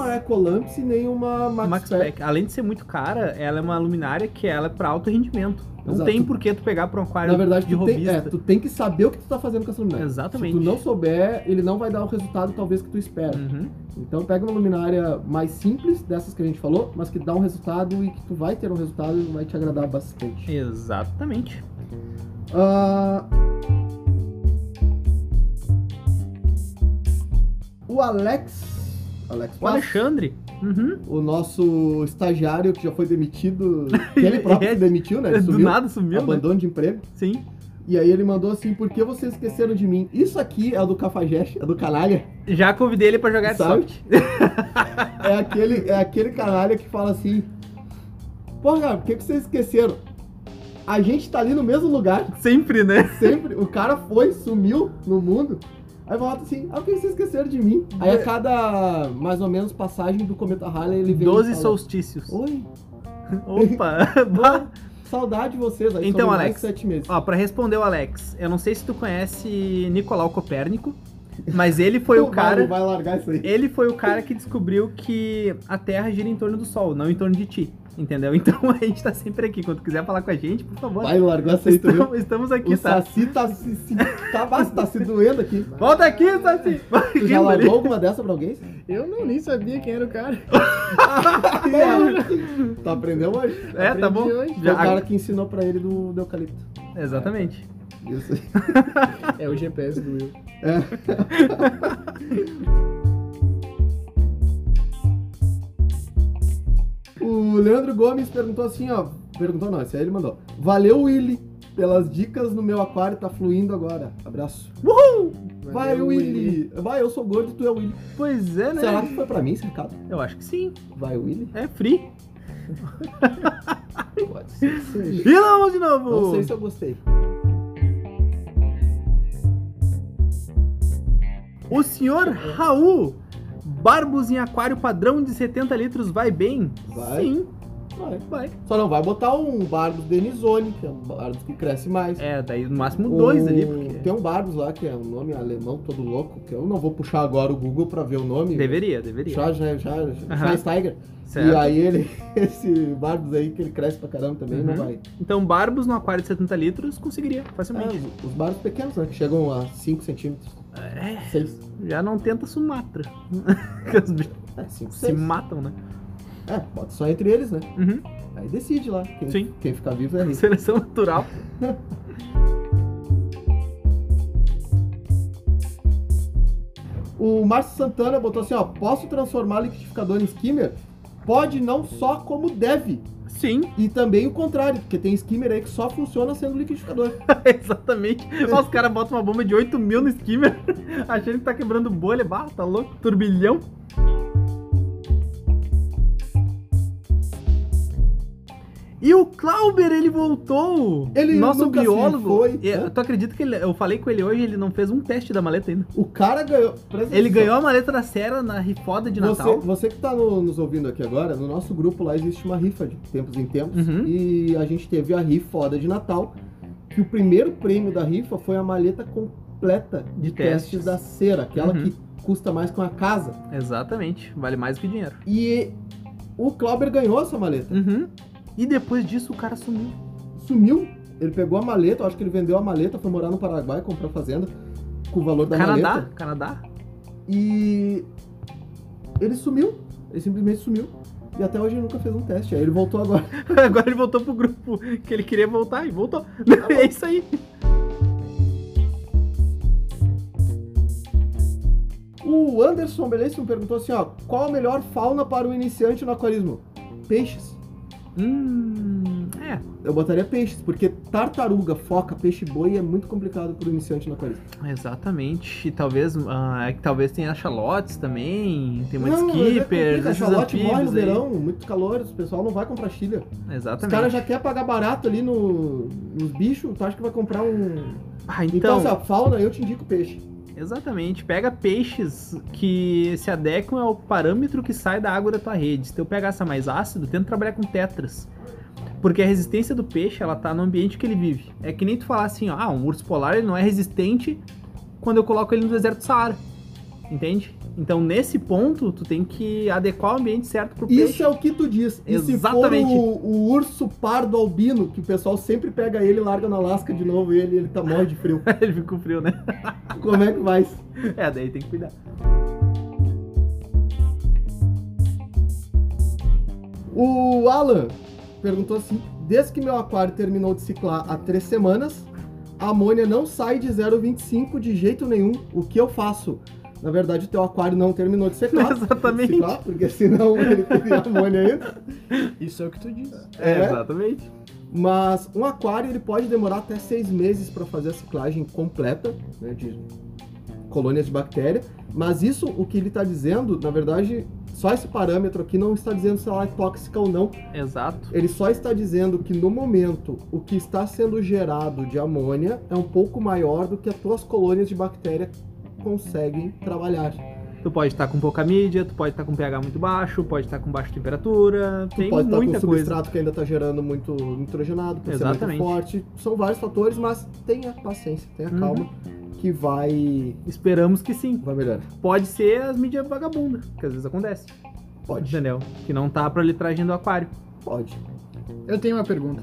[SPEAKER 1] Nem uma Ecolamps e nem uma Max,
[SPEAKER 2] Max
[SPEAKER 1] Pack.
[SPEAKER 2] Pack. Além de ser muito cara, ela é uma luminária que ela é pra alto rendimento. Não
[SPEAKER 1] Exato.
[SPEAKER 2] tem por que tu pegar pra um aquário
[SPEAKER 1] Na verdade,
[SPEAKER 2] de
[SPEAKER 1] tu tem,
[SPEAKER 2] robista.
[SPEAKER 1] é, tu tem que saber o que tu tá fazendo com essa luminária.
[SPEAKER 2] Exatamente.
[SPEAKER 1] Se tu não souber, ele não vai dar o resultado talvez que tu espera.
[SPEAKER 2] Uhum.
[SPEAKER 1] Então pega uma luminária mais simples, dessas que a gente falou, mas que dá um resultado e que tu vai ter um resultado e vai te agradar bastante.
[SPEAKER 2] Exatamente.
[SPEAKER 1] Ah, O Alex. Alex
[SPEAKER 2] O
[SPEAKER 1] Passos,
[SPEAKER 2] Alexandre. Uhum.
[SPEAKER 1] o nosso estagiário que já foi demitido, que ele próprio
[SPEAKER 2] É,
[SPEAKER 1] se demitiu, né? Ele
[SPEAKER 2] Do
[SPEAKER 1] sumiu,
[SPEAKER 2] nada sumiu. né?
[SPEAKER 1] abandono de emprego.
[SPEAKER 2] Sim.
[SPEAKER 1] E aí ele mandou assim: por que vocês esqueceram de mim? Isso aqui é do Cafajeste, é do canalha.
[SPEAKER 2] Já convidei ele pra jogar de
[SPEAKER 1] Sabe?
[SPEAKER 2] soft.
[SPEAKER 1] É aquele, é aquele canalha que fala assim: porra, cara, por que que vocês esqueceram? A gente tá ali no mesmo lugar,
[SPEAKER 2] Sempre, né?
[SPEAKER 1] Sempre, o cara foi, sumiu no mundo. Aí volta assim, ah, por que vocês esqueceram de mim? Aí a cada, mais ou menos, passagem do Cometa Halley, ele vem
[SPEAKER 2] 12
[SPEAKER 1] e fala,
[SPEAKER 2] solstícios.
[SPEAKER 1] Oi,
[SPEAKER 2] Opa! Bah.
[SPEAKER 1] saudade de vocês. Aí
[SPEAKER 2] Então,
[SPEAKER 1] somem
[SPEAKER 2] Alex.
[SPEAKER 1] mais sete meses.
[SPEAKER 2] Ó, pra responder o Alex, eu não sei se tu conhece Nicolau Copérnico, mas ele foi
[SPEAKER 1] Tu
[SPEAKER 2] o cara.
[SPEAKER 1] Vai, vai largar isso aí.
[SPEAKER 2] Ele foi o cara que descobriu que a Terra gira em torno do Sol, não em torno de ti. Entendeu? Então a gente tá sempre aqui. Quando tu quiser falar com a gente, por favor.
[SPEAKER 1] Vai largar isso aí, tu viu?
[SPEAKER 2] estamos, estamos aqui,
[SPEAKER 1] O
[SPEAKER 2] tá?
[SPEAKER 1] Saci tá se, se, tá, tá se doendo aqui.
[SPEAKER 2] Volta aqui, Tati! Vai
[SPEAKER 1] Tu já
[SPEAKER 2] rindo ali.
[SPEAKER 1] largou alguma dessa pra alguém?
[SPEAKER 3] Eu não nem sabia quem era o cara.
[SPEAKER 1] Ah, tá aprendendo hoje.
[SPEAKER 2] É, tá
[SPEAKER 3] Aprendi
[SPEAKER 2] bom?
[SPEAKER 3] hoje.
[SPEAKER 1] Foi
[SPEAKER 2] Já-
[SPEAKER 1] o cara que ensinou pra ele do, do eucalipto.
[SPEAKER 2] Exatamente.
[SPEAKER 1] Isso aí.
[SPEAKER 3] É o GPS do Will.
[SPEAKER 1] O Leandro Gomes perguntou assim, ó. Perguntou não, esse aí ele mandou. Valeu, Willy, pelas dicas no meu aquário, tá fluindo agora. Abraço. Vai,
[SPEAKER 3] Valeu,
[SPEAKER 1] Willy. Vai, eu sou gordo e tu é o Willy.
[SPEAKER 2] Pois é, né?
[SPEAKER 1] Será que foi pra mim esse recado?
[SPEAKER 2] Eu acho que sim.
[SPEAKER 1] Vai, Willy.
[SPEAKER 2] É free.
[SPEAKER 1] Pode ser. que seja.
[SPEAKER 2] E lá vamos de novo!
[SPEAKER 1] Não sei se eu gostei.
[SPEAKER 2] O senhor Raul, barbos em aquário padrão de 70 litros vai bem?
[SPEAKER 1] Vai.
[SPEAKER 2] Sim,
[SPEAKER 1] Vai.
[SPEAKER 2] vai.
[SPEAKER 1] Só não vai botar um Barbos Denizone, que é um Barbos que cresce mais.
[SPEAKER 2] É, daí no máximo dois
[SPEAKER 1] O-
[SPEAKER 2] ali, porque...
[SPEAKER 1] Tem um Barbos lá, que é um nome alemão todo louco, que eu não vou puxar agora o Google pra ver o nome.
[SPEAKER 2] Deveria, deveria.
[SPEAKER 1] Já, já, já,
[SPEAKER 2] Aham.
[SPEAKER 1] Tiger. E
[SPEAKER 2] Certo.
[SPEAKER 1] aí ele, esse Barbos aí, que ele cresce pra caramba também,
[SPEAKER 2] Uhum.
[SPEAKER 1] não vai.
[SPEAKER 2] Então barbos no aquário de 70 litros conseguiria, facilmente.
[SPEAKER 1] É, os barcos pequenos, né? Que chegam a 5 centímetros.
[SPEAKER 2] É,
[SPEAKER 1] 6.
[SPEAKER 2] já não tenta Sumatra. que os bichos
[SPEAKER 1] É, 5,
[SPEAKER 2] se
[SPEAKER 1] 6.
[SPEAKER 2] matam, né?
[SPEAKER 1] É, bota só entre eles, né?
[SPEAKER 2] Uhum.
[SPEAKER 1] Aí decide lá. Quem,
[SPEAKER 2] Sim.
[SPEAKER 1] quem ficar vivo é isso.
[SPEAKER 2] Seleção natural.
[SPEAKER 1] O Márcio Santana botou assim, ó. Posso transformar liquidificador em skimmer? Pode não só como deve.
[SPEAKER 2] Sim,
[SPEAKER 1] E também o contrário, porque tem skimmer aí que só funciona sendo liquidificador.
[SPEAKER 2] exatamente. Ó, Os caras botam uma bomba de 8 mil no skimmer, achando que tá quebrando bolha. Bah, tá louco? Turbilhão. E o Clauber, ele voltou!
[SPEAKER 1] Ele
[SPEAKER 2] Nosso
[SPEAKER 1] nunca se
[SPEAKER 2] biólogo.
[SPEAKER 1] foi,
[SPEAKER 2] É,
[SPEAKER 1] né?
[SPEAKER 2] Tu acredita que ele- eu falei com ele hoje, ele não fez um teste da maleta ainda.
[SPEAKER 1] O cara ganhou. presta
[SPEAKER 2] Ele
[SPEAKER 1] atenção.
[SPEAKER 2] ganhou a maleta da Sera na rifoda de
[SPEAKER 1] Você,
[SPEAKER 2] Natal.
[SPEAKER 1] você que tá no- nos ouvindo aqui agora, no nosso grupo lá existe uma rifa de tempos em tempos.
[SPEAKER 2] Uhum.
[SPEAKER 1] E a gente teve a rifoda de Natal, que o primeiro prêmio da rifa foi a maleta completa
[SPEAKER 2] De
[SPEAKER 1] de,
[SPEAKER 2] testes.
[SPEAKER 1] testes. da cera, aquela
[SPEAKER 2] Uhum.
[SPEAKER 1] que custa mais que uma casa.
[SPEAKER 2] Exatamente. Vale mais do que dinheiro.
[SPEAKER 1] E o Clauber ganhou essa maleta.
[SPEAKER 2] Uhum. E depois disso o cara sumiu.
[SPEAKER 1] Sumiu, ele pegou a maleta, eu acho que ele vendeu a maleta, foi morar no Paraguai, comprou fazenda com o valor da
[SPEAKER 2] Canadá?
[SPEAKER 1] maleta.
[SPEAKER 2] Canadá?
[SPEAKER 1] E Ele sumiu. Ele simplesmente sumiu. E até hoje ele nunca fez um teste. Aí ele voltou agora.
[SPEAKER 2] Agora ele voltou pro grupo que ele queria voltar e voltou.
[SPEAKER 1] Tá
[SPEAKER 2] é isso aí.
[SPEAKER 1] O Anderson Belíssimo perguntou assim, ó. Qual a melhor fauna para o iniciante no aquarismo? Peixes.
[SPEAKER 2] Hum. É.
[SPEAKER 1] Eu botaria peixes, porque tartaruga, foca, peixe boi é muito complicado para o iniciante no aquarismo.
[SPEAKER 2] Exatamente. E talvez, ah, é que talvez tenha chalotes também, tem muitos
[SPEAKER 1] é
[SPEAKER 2] keepers,
[SPEAKER 1] complica,
[SPEAKER 2] esses
[SPEAKER 1] Charlotte morre no
[SPEAKER 2] anfíbios aí.
[SPEAKER 1] verão, muito calor, o pessoal não vai comprar chilha. Os
[SPEAKER 2] Exatamente.
[SPEAKER 1] caras já querem pagar barato ali no, nos bichos, tu acha que vai comprar um.
[SPEAKER 2] Ah,
[SPEAKER 1] Então,
[SPEAKER 2] então,
[SPEAKER 1] se a fauna, eu te indico peixe.
[SPEAKER 2] exatamente. Pega peixes que se adequam ao parâmetro que sai da água da tua rede. Se eu pegar essa mais ácido, tenta trabalhar com tetras. Porque a resistência do peixe, ela tá no ambiente que ele vive. É que nem tu falar assim, ó, ah, um urso polar ele não é resistente quando eu coloco ele no deserto do Saara. Entende? Então, nesse ponto, tu tem que adequar o ambiente certo pro peixe.
[SPEAKER 1] Isso é o que tu diz. E se for
[SPEAKER 2] Exatamente.
[SPEAKER 1] o, o urso pardo albino, que o pessoal sempre pega ele e larga na lasca de novo e ele, ele tá morre de frio.
[SPEAKER 2] ele ficou frio, né?
[SPEAKER 1] Como é que vai?
[SPEAKER 2] É, daí tem que cuidar.
[SPEAKER 1] O Alan perguntou assim: desde que meu aquário terminou de ciclar há três semanas, a amônia não sai de 0,25 de jeito nenhum. O que eu faço? Na verdade, o teu aquário não terminou de secar.
[SPEAKER 2] Exatamente.
[SPEAKER 1] Ciclar, porque senão ele teria amônia é ainda.
[SPEAKER 3] Isso é o que tu disse.
[SPEAKER 1] É.
[SPEAKER 2] Exatamente.
[SPEAKER 1] Mas um aquário ele pode demorar até seis meses para fazer a ciclagem completa né, de colônias de bactéria. Mas isso, o que ele está dizendo, na verdade, só esse parâmetro aqui não está dizendo se ela é tóxica ou não.
[SPEAKER 2] Exato.
[SPEAKER 1] Ele só está dizendo que no momento o que está sendo gerado de amônia é um pouco maior do que as tuas colônias de bactéria conseguem trabalhar.
[SPEAKER 2] Tu pode estar com pouca mídia, tu pode estar com pH muito baixo, pode estar com baixa temperatura,
[SPEAKER 1] Tu
[SPEAKER 2] tem
[SPEAKER 1] pode estar com
[SPEAKER 2] muita
[SPEAKER 1] substrato
[SPEAKER 2] coisa.
[SPEAKER 1] que ainda está gerando muito nitrogenado, por ser
[SPEAKER 2] Exatamente.
[SPEAKER 1] muito forte. São vários fatores, mas tenha paciência, tenha
[SPEAKER 2] Uhum.
[SPEAKER 1] calma, que vai,
[SPEAKER 2] Esperamos que sim.
[SPEAKER 1] vai melhorar.
[SPEAKER 2] Pode ser as mídias vagabundas, que às vezes acontece.
[SPEAKER 1] Pode,
[SPEAKER 2] Entendeu? Que não tá pra litragem do aquário.
[SPEAKER 1] pode.
[SPEAKER 3] Eu tenho uma pergunta.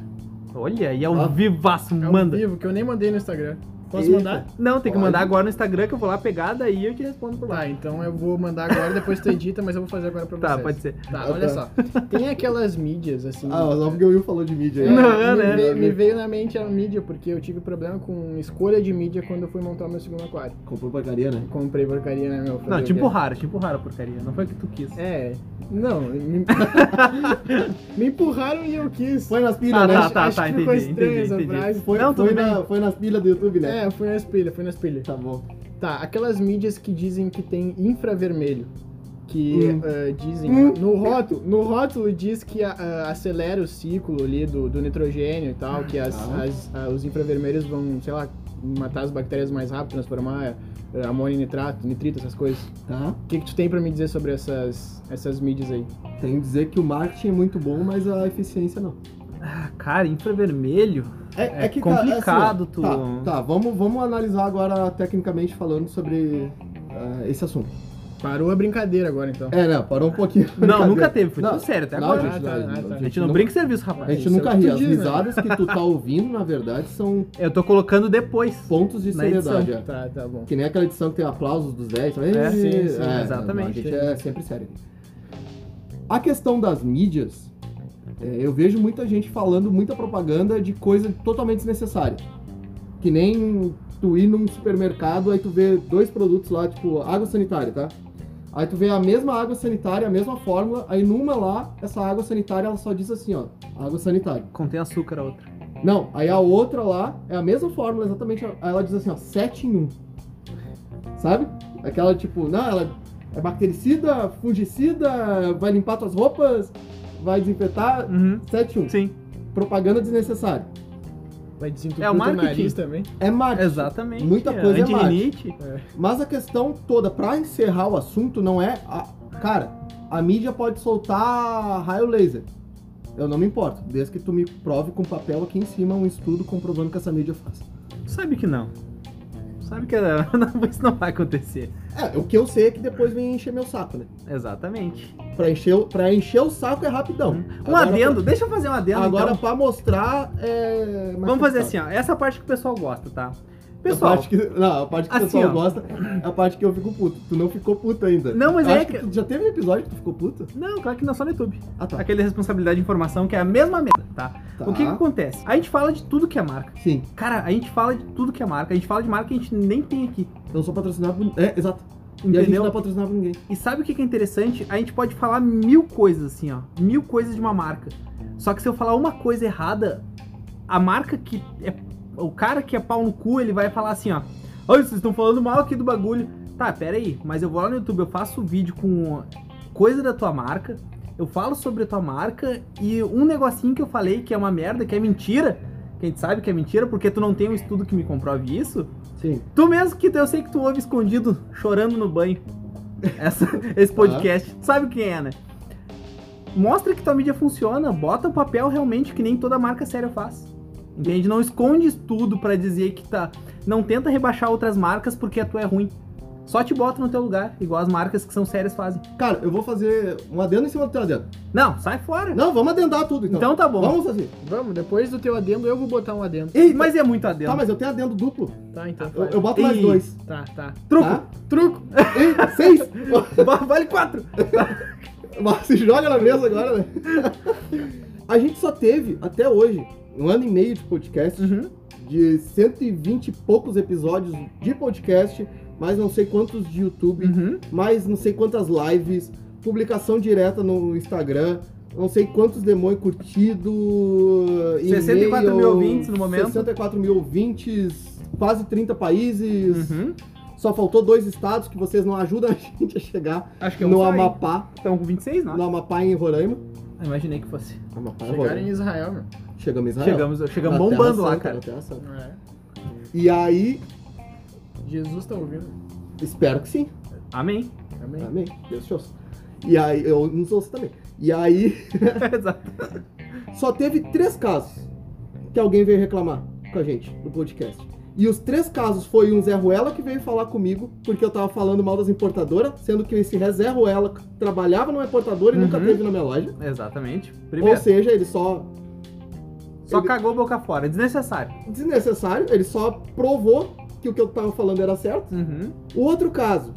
[SPEAKER 2] Olha, e é um
[SPEAKER 1] Ah.
[SPEAKER 2] vivaço,
[SPEAKER 3] É ao
[SPEAKER 2] manda.
[SPEAKER 3] vivo, que eu nem mandei no Instagram. Posso
[SPEAKER 1] Eita.
[SPEAKER 3] mandar?
[SPEAKER 2] Não, tem que
[SPEAKER 1] Pode.
[SPEAKER 2] mandar agora no Instagram que eu vou lá pegar, daí eu te respondo por lá.
[SPEAKER 3] Tá, então eu vou mandar agora, depois tu edita, mas eu vou fazer agora pra vocês.
[SPEAKER 2] Tá, pode ser.
[SPEAKER 3] Tá, olha só. Tem aquelas mídias, assim... é,
[SPEAKER 1] Ah, só porque o Will falou de mídia. aí.
[SPEAKER 2] Não,
[SPEAKER 3] me,
[SPEAKER 2] né?
[SPEAKER 3] veio, me veio na mente a mídia, porque eu tive problema com escolha de mídia quando eu fui montar meu segundo aquário.
[SPEAKER 1] Comprou porcaria, né?
[SPEAKER 3] Comprei porcaria, né, meu? Fazer
[SPEAKER 2] Não,
[SPEAKER 3] o
[SPEAKER 2] te
[SPEAKER 3] quê?
[SPEAKER 2] empurraram, te empurraram a porcaria. Não foi o que tu quis.
[SPEAKER 3] É, não, me, me empurraram e eu quis.
[SPEAKER 1] Foi nas pilhas,
[SPEAKER 2] Tá,
[SPEAKER 1] né?
[SPEAKER 2] tá,
[SPEAKER 3] Acho-
[SPEAKER 2] tá,
[SPEAKER 3] acho
[SPEAKER 2] tá,
[SPEAKER 3] que ficou
[SPEAKER 2] entendi,
[SPEAKER 3] estranha
[SPEAKER 2] entendi,
[SPEAKER 3] essa
[SPEAKER 2] entendi.
[SPEAKER 3] frase.
[SPEAKER 1] Foi,
[SPEAKER 2] Não, tudo
[SPEAKER 1] foi,
[SPEAKER 2] bem.
[SPEAKER 1] na, foi nas pilhas do YouTube, né?
[SPEAKER 3] É, foi nas pilhas, foi nas pilhas.
[SPEAKER 1] Tá bom.
[SPEAKER 3] Tá, aquelas mídias que dizem que tem infravermelho. Que
[SPEAKER 1] Hum.
[SPEAKER 3] eh, dizem.
[SPEAKER 1] Hum.
[SPEAKER 3] No, rótulo, no rótulo diz que a- a- acelera o ciclo ali do, do nitrogênio e tal, que as-
[SPEAKER 1] Tá.
[SPEAKER 3] as- a- os infravermelhos vão, sei lá, matar as bactérias mais rápido, transformar eh, amônio em nitrato, nitrito, essas coisas.
[SPEAKER 1] Tá.
[SPEAKER 3] O que, que tu tem pra me dizer sobre essas, essas mídias aí?
[SPEAKER 1] Tenho que dizer que o marketing é muito bom, mas a eficiência não.
[SPEAKER 2] Ah, cara, infravermelho.
[SPEAKER 1] tá-
[SPEAKER 2] É
[SPEAKER 1] ó,
[SPEAKER 2] complicado tu-
[SPEAKER 1] Tá, tá, vamos, vamos analisar agora tecnicamente falando sobre ah, esse assunto.
[SPEAKER 3] Parou a brincadeira agora, então.
[SPEAKER 1] É, né? Parou um pouquinho.
[SPEAKER 2] Não, nunca teve, foi
[SPEAKER 1] Não,
[SPEAKER 2] tudo sério até
[SPEAKER 1] Não,
[SPEAKER 2] agora.
[SPEAKER 1] gente,
[SPEAKER 3] Ah, tá,
[SPEAKER 1] não,
[SPEAKER 3] ah, tá.
[SPEAKER 2] A gente não brinca em serviço,
[SPEAKER 1] A
[SPEAKER 2] rapaz.
[SPEAKER 1] gente
[SPEAKER 3] Isso é
[SPEAKER 1] nunca
[SPEAKER 3] o que
[SPEAKER 1] ri.
[SPEAKER 3] tu
[SPEAKER 1] As
[SPEAKER 3] diz, né?
[SPEAKER 1] risadas que tu tá ouvindo, na verdade, são
[SPEAKER 2] Eu tô colocando depois.
[SPEAKER 1] pontos de
[SPEAKER 2] Na edição.
[SPEAKER 1] seriedade. é.
[SPEAKER 3] Tá, tá bom.
[SPEAKER 1] Que nem aquela edição que tem aplausos dos 10. É,
[SPEAKER 2] É,
[SPEAKER 3] sim, sim,
[SPEAKER 2] exatamente.
[SPEAKER 1] A gente é sempre sério. A questão das mídias, é, eu vejo muita gente falando muita propaganda de coisa totalmente desnecessária. Que nem tu ir num supermercado, aí tu vê dois produtos lá, tipo água sanitária, tá? Aí tu vê a mesma água sanitária, a mesma fórmula, aí numa lá, essa água sanitária, ela só diz assim, ó, água sanitária.
[SPEAKER 2] Contém açúcar a outra.
[SPEAKER 1] Não, aí a outra lá é a mesma fórmula, exatamente. Aí ela diz assim, ó, 7 em 1. Sabe? Aquela tipo, não, ela é bactericida, fungicida, vai limpar tuas roupas, vai desinfetar.
[SPEAKER 2] Uhum.
[SPEAKER 1] 7 em 1.
[SPEAKER 2] Sim,
[SPEAKER 1] Propaganda desnecessária.
[SPEAKER 3] Vai desentupir
[SPEAKER 2] É o
[SPEAKER 3] o teu
[SPEAKER 2] marketing.
[SPEAKER 3] nariz também?
[SPEAKER 1] É marketing.
[SPEAKER 2] exatamente.
[SPEAKER 1] Muita coisa é
[SPEAKER 2] Antirrinite.
[SPEAKER 1] Mas a questão toda, pra encerrar o assunto, não é. a- Cara, a mídia pode soltar raio laser. Eu não me importo, desde que tu me prove com papel aqui em cima um estudo comprovando que essa mídia faz.
[SPEAKER 2] Sabe que não. Sabe que é, não, isso não vai acontecer.
[SPEAKER 1] É, o que eu sei é que depois vem encher meu saco, né?
[SPEAKER 2] Exatamente.
[SPEAKER 1] Pra encher, o- pra encher o saco é rapidão.
[SPEAKER 2] Um
[SPEAKER 1] Agora
[SPEAKER 2] adendo, deixa eu fazer um
[SPEAKER 1] pra-
[SPEAKER 2] adendo
[SPEAKER 1] agora
[SPEAKER 2] então.
[SPEAKER 1] pra mostrar é. mais
[SPEAKER 2] Vamos fazer
[SPEAKER 1] complicado.
[SPEAKER 2] assim, ó. Essa parte que o pessoal gosta, tá?
[SPEAKER 1] a
[SPEAKER 2] Pessoal,
[SPEAKER 1] parte que, não, a parte que o
[SPEAKER 2] assim,
[SPEAKER 1] pessoal
[SPEAKER 2] ó.
[SPEAKER 1] gosta é a parte que eu fico puto. Tu não ficou puto ainda.
[SPEAKER 2] Não, mas
[SPEAKER 1] Eu
[SPEAKER 2] é
[SPEAKER 1] acho
[SPEAKER 2] que-
[SPEAKER 1] tu- já teve um episódio que tu ficou puto?
[SPEAKER 2] não, claro que não é só no YouTube.
[SPEAKER 1] Ah, tá.
[SPEAKER 2] Aquele responsabilidade de informação que é a mesma merda, tá?
[SPEAKER 1] Tá.
[SPEAKER 2] O que que acontece? A gente fala de tudo que é marca.
[SPEAKER 1] Sim,
[SPEAKER 2] Cara, a gente fala de tudo que é marca. A gente fala de marca que a gente nem tem aqui.
[SPEAKER 1] eu não sou patrocinado por... É, exato. E a gente
[SPEAKER 2] Entendeu?
[SPEAKER 1] não é patrocinado por ninguém.
[SPEAKER 2] E sabe o que que é interessante? A gente pode falar mil coisas assim, ó. Mil coisas de uma marca. Só que se eu falar uma coisa errada, a marca que é. O cara que é pau no cu, ele vai falar assim, ó. Oi, vocês estão falando mal aqui do bagulho. Tá, pera aí, mas eu vou lá no YouTube, eu faço vídeo com coisa da tua marca, eu falo sobre a tua marca e um negocinho que eu falei que é uma merda, que é mentira, que a gente sabe que é mentira, porque tu não tem um estudo que me comprove isso,
[SPEAKER 1] Sim.
[SPEAKER 2] Tu mesmo que eu sei que tu ouve escondido, chorando no banho, essa- esse podcast. Tu Sabe quem é, né? Mostra que tua mídia funciona, bota o papel realmente que nem toda marca séria faz. Entende? Não esconde tudo pra dizer que tá. Não tenta rebaixar outras marcas porque a tua é ruim. Só te bota no teu lugar, igual as marcas que são sérias fazem.
[SPEAKER 1] Cara, eu vou fazer um adendo em cima do teu adendo.
[SPEAKER 2] Não, sai fora.
[SPEAKER 1] Não, vamos adendar tudo então.
[SPEAKER 2] Então tá bom.
[SPEAKER 1] Vamos fazer.
[SPEAKER 3] Vamos, depois do teu adendo eu vou botar um adendo.
[SPEAKER 1] Ei,
[SPEAKER 2] Mas é muito adendo.
[SPEAKER 1] Tá, mas eu tenho adendo duplo.
[SPEAKER 3] Tá, então.
[SPEAKER 1] Ah, Eu,
[SPEAKER 3] faz.
[SPEAKER 1] eu boto mais
[SPEAKER 2] Ih.
[SPEAKER 1] dois.
[SPEAKER 3] Tá, tá.
[SPEAKER 2] Truco,
[SPEAKER 1] Tá?
[SPEAKER 2] truco.
[SPEAKER 1] Ei, seis! tá.
[SPEAKER 2] vale quatro.
[SPEAKER 1] Mas Se joga na mesa agora, né? A gente só teve, até hoje, um ano e meio de podcast,
[SPEAKER 2] Uhum.
[SPEAKER 1] de 120 e poucos episódios de podcast, mais não sei quantos de YouTube,
[SPEAKER 2] Uhum.
[SPEAKER 1] mais não sei quantas lives, publicação direta no Instagram, não sei quantos demônios curtido,
[SPEAKER 2] 64
[SPEAKER 1] e-mail,
[SPEAKER 2] mil ouvintes no momento.
[SPEAKER 1] 64 mil ouvintes, quase 30 países.
[SPEAKER 2] Uhum.
[SPEAKER 1] Só faltou dois estados que vocês não ajudam a gente a chegar
[SPEAKER 2] Acho que é um
[SPEAKER 1] no
[SPEAKER 2] só, Tá. hein?
[SPEAKER 1] Amapá,
[SPEAKER 2] Estão com 26, não?
[SPEAKER 1] no Amapá e em Roraima.
[SPEAKER 2] Eu Imaginei que fosse.
[SPEAKER 1] Amapá e
[SPEAKER 3] Chegaram em
[SPEAKER 1] Roraima.
[SPEAKER 3] Israel, meu.
[SPEAKER 1] Chegamos em Israel.
[SPEAKER 2] Chegamos, chegamos
[SPEAKER 1] Na Terra
[SPEAKER 2] bombando lá,
[SPEAKER 1] Santa,
[SPEAKER 2] cara.
[SPEAKER 1] na Terra Santa.
[SPEAKER 3] É.
[SPEAKER 1] E aí,
[SPEAKER 3] Jesus tá ouvindo.
[SPEAKER 1] espero que sim.
[SPEAKER 2] Amém.
[SPEAKER 3] Amém.
[SPEAKER 1] Amém. Deus te ouça. E aí, eu nos ouço também. E aí,
[SPEAKER 2] Exato.
[SPEAKER 1] só teve três casos que alguém veio reclamar com a gente no podcast. E os três casos foi um Zé Ruela que veio falar comigo, porque eu tava falando mal das importadoras, sendo que esse Zé Ruela trabalhava numa importadora e nunca
[SPEAKER 2] Uhum.
[SPEAKER 1] teve na minha loja.
[SPEAKER 2] Exatamente. Primeiro,
[SPEAKER 1] Ou seja, ele só.
[SPEAKER 2] só
[SPEAKER 1] ele-
[SPEAKER 2] cagou boca fora. Desnecessário.
[SPEAKER 1] Desnecessário, ele só provou que o que eu tava falando era certo.
[SPEAKER 2] Uhum.
[SPEAKER 1] O outro caso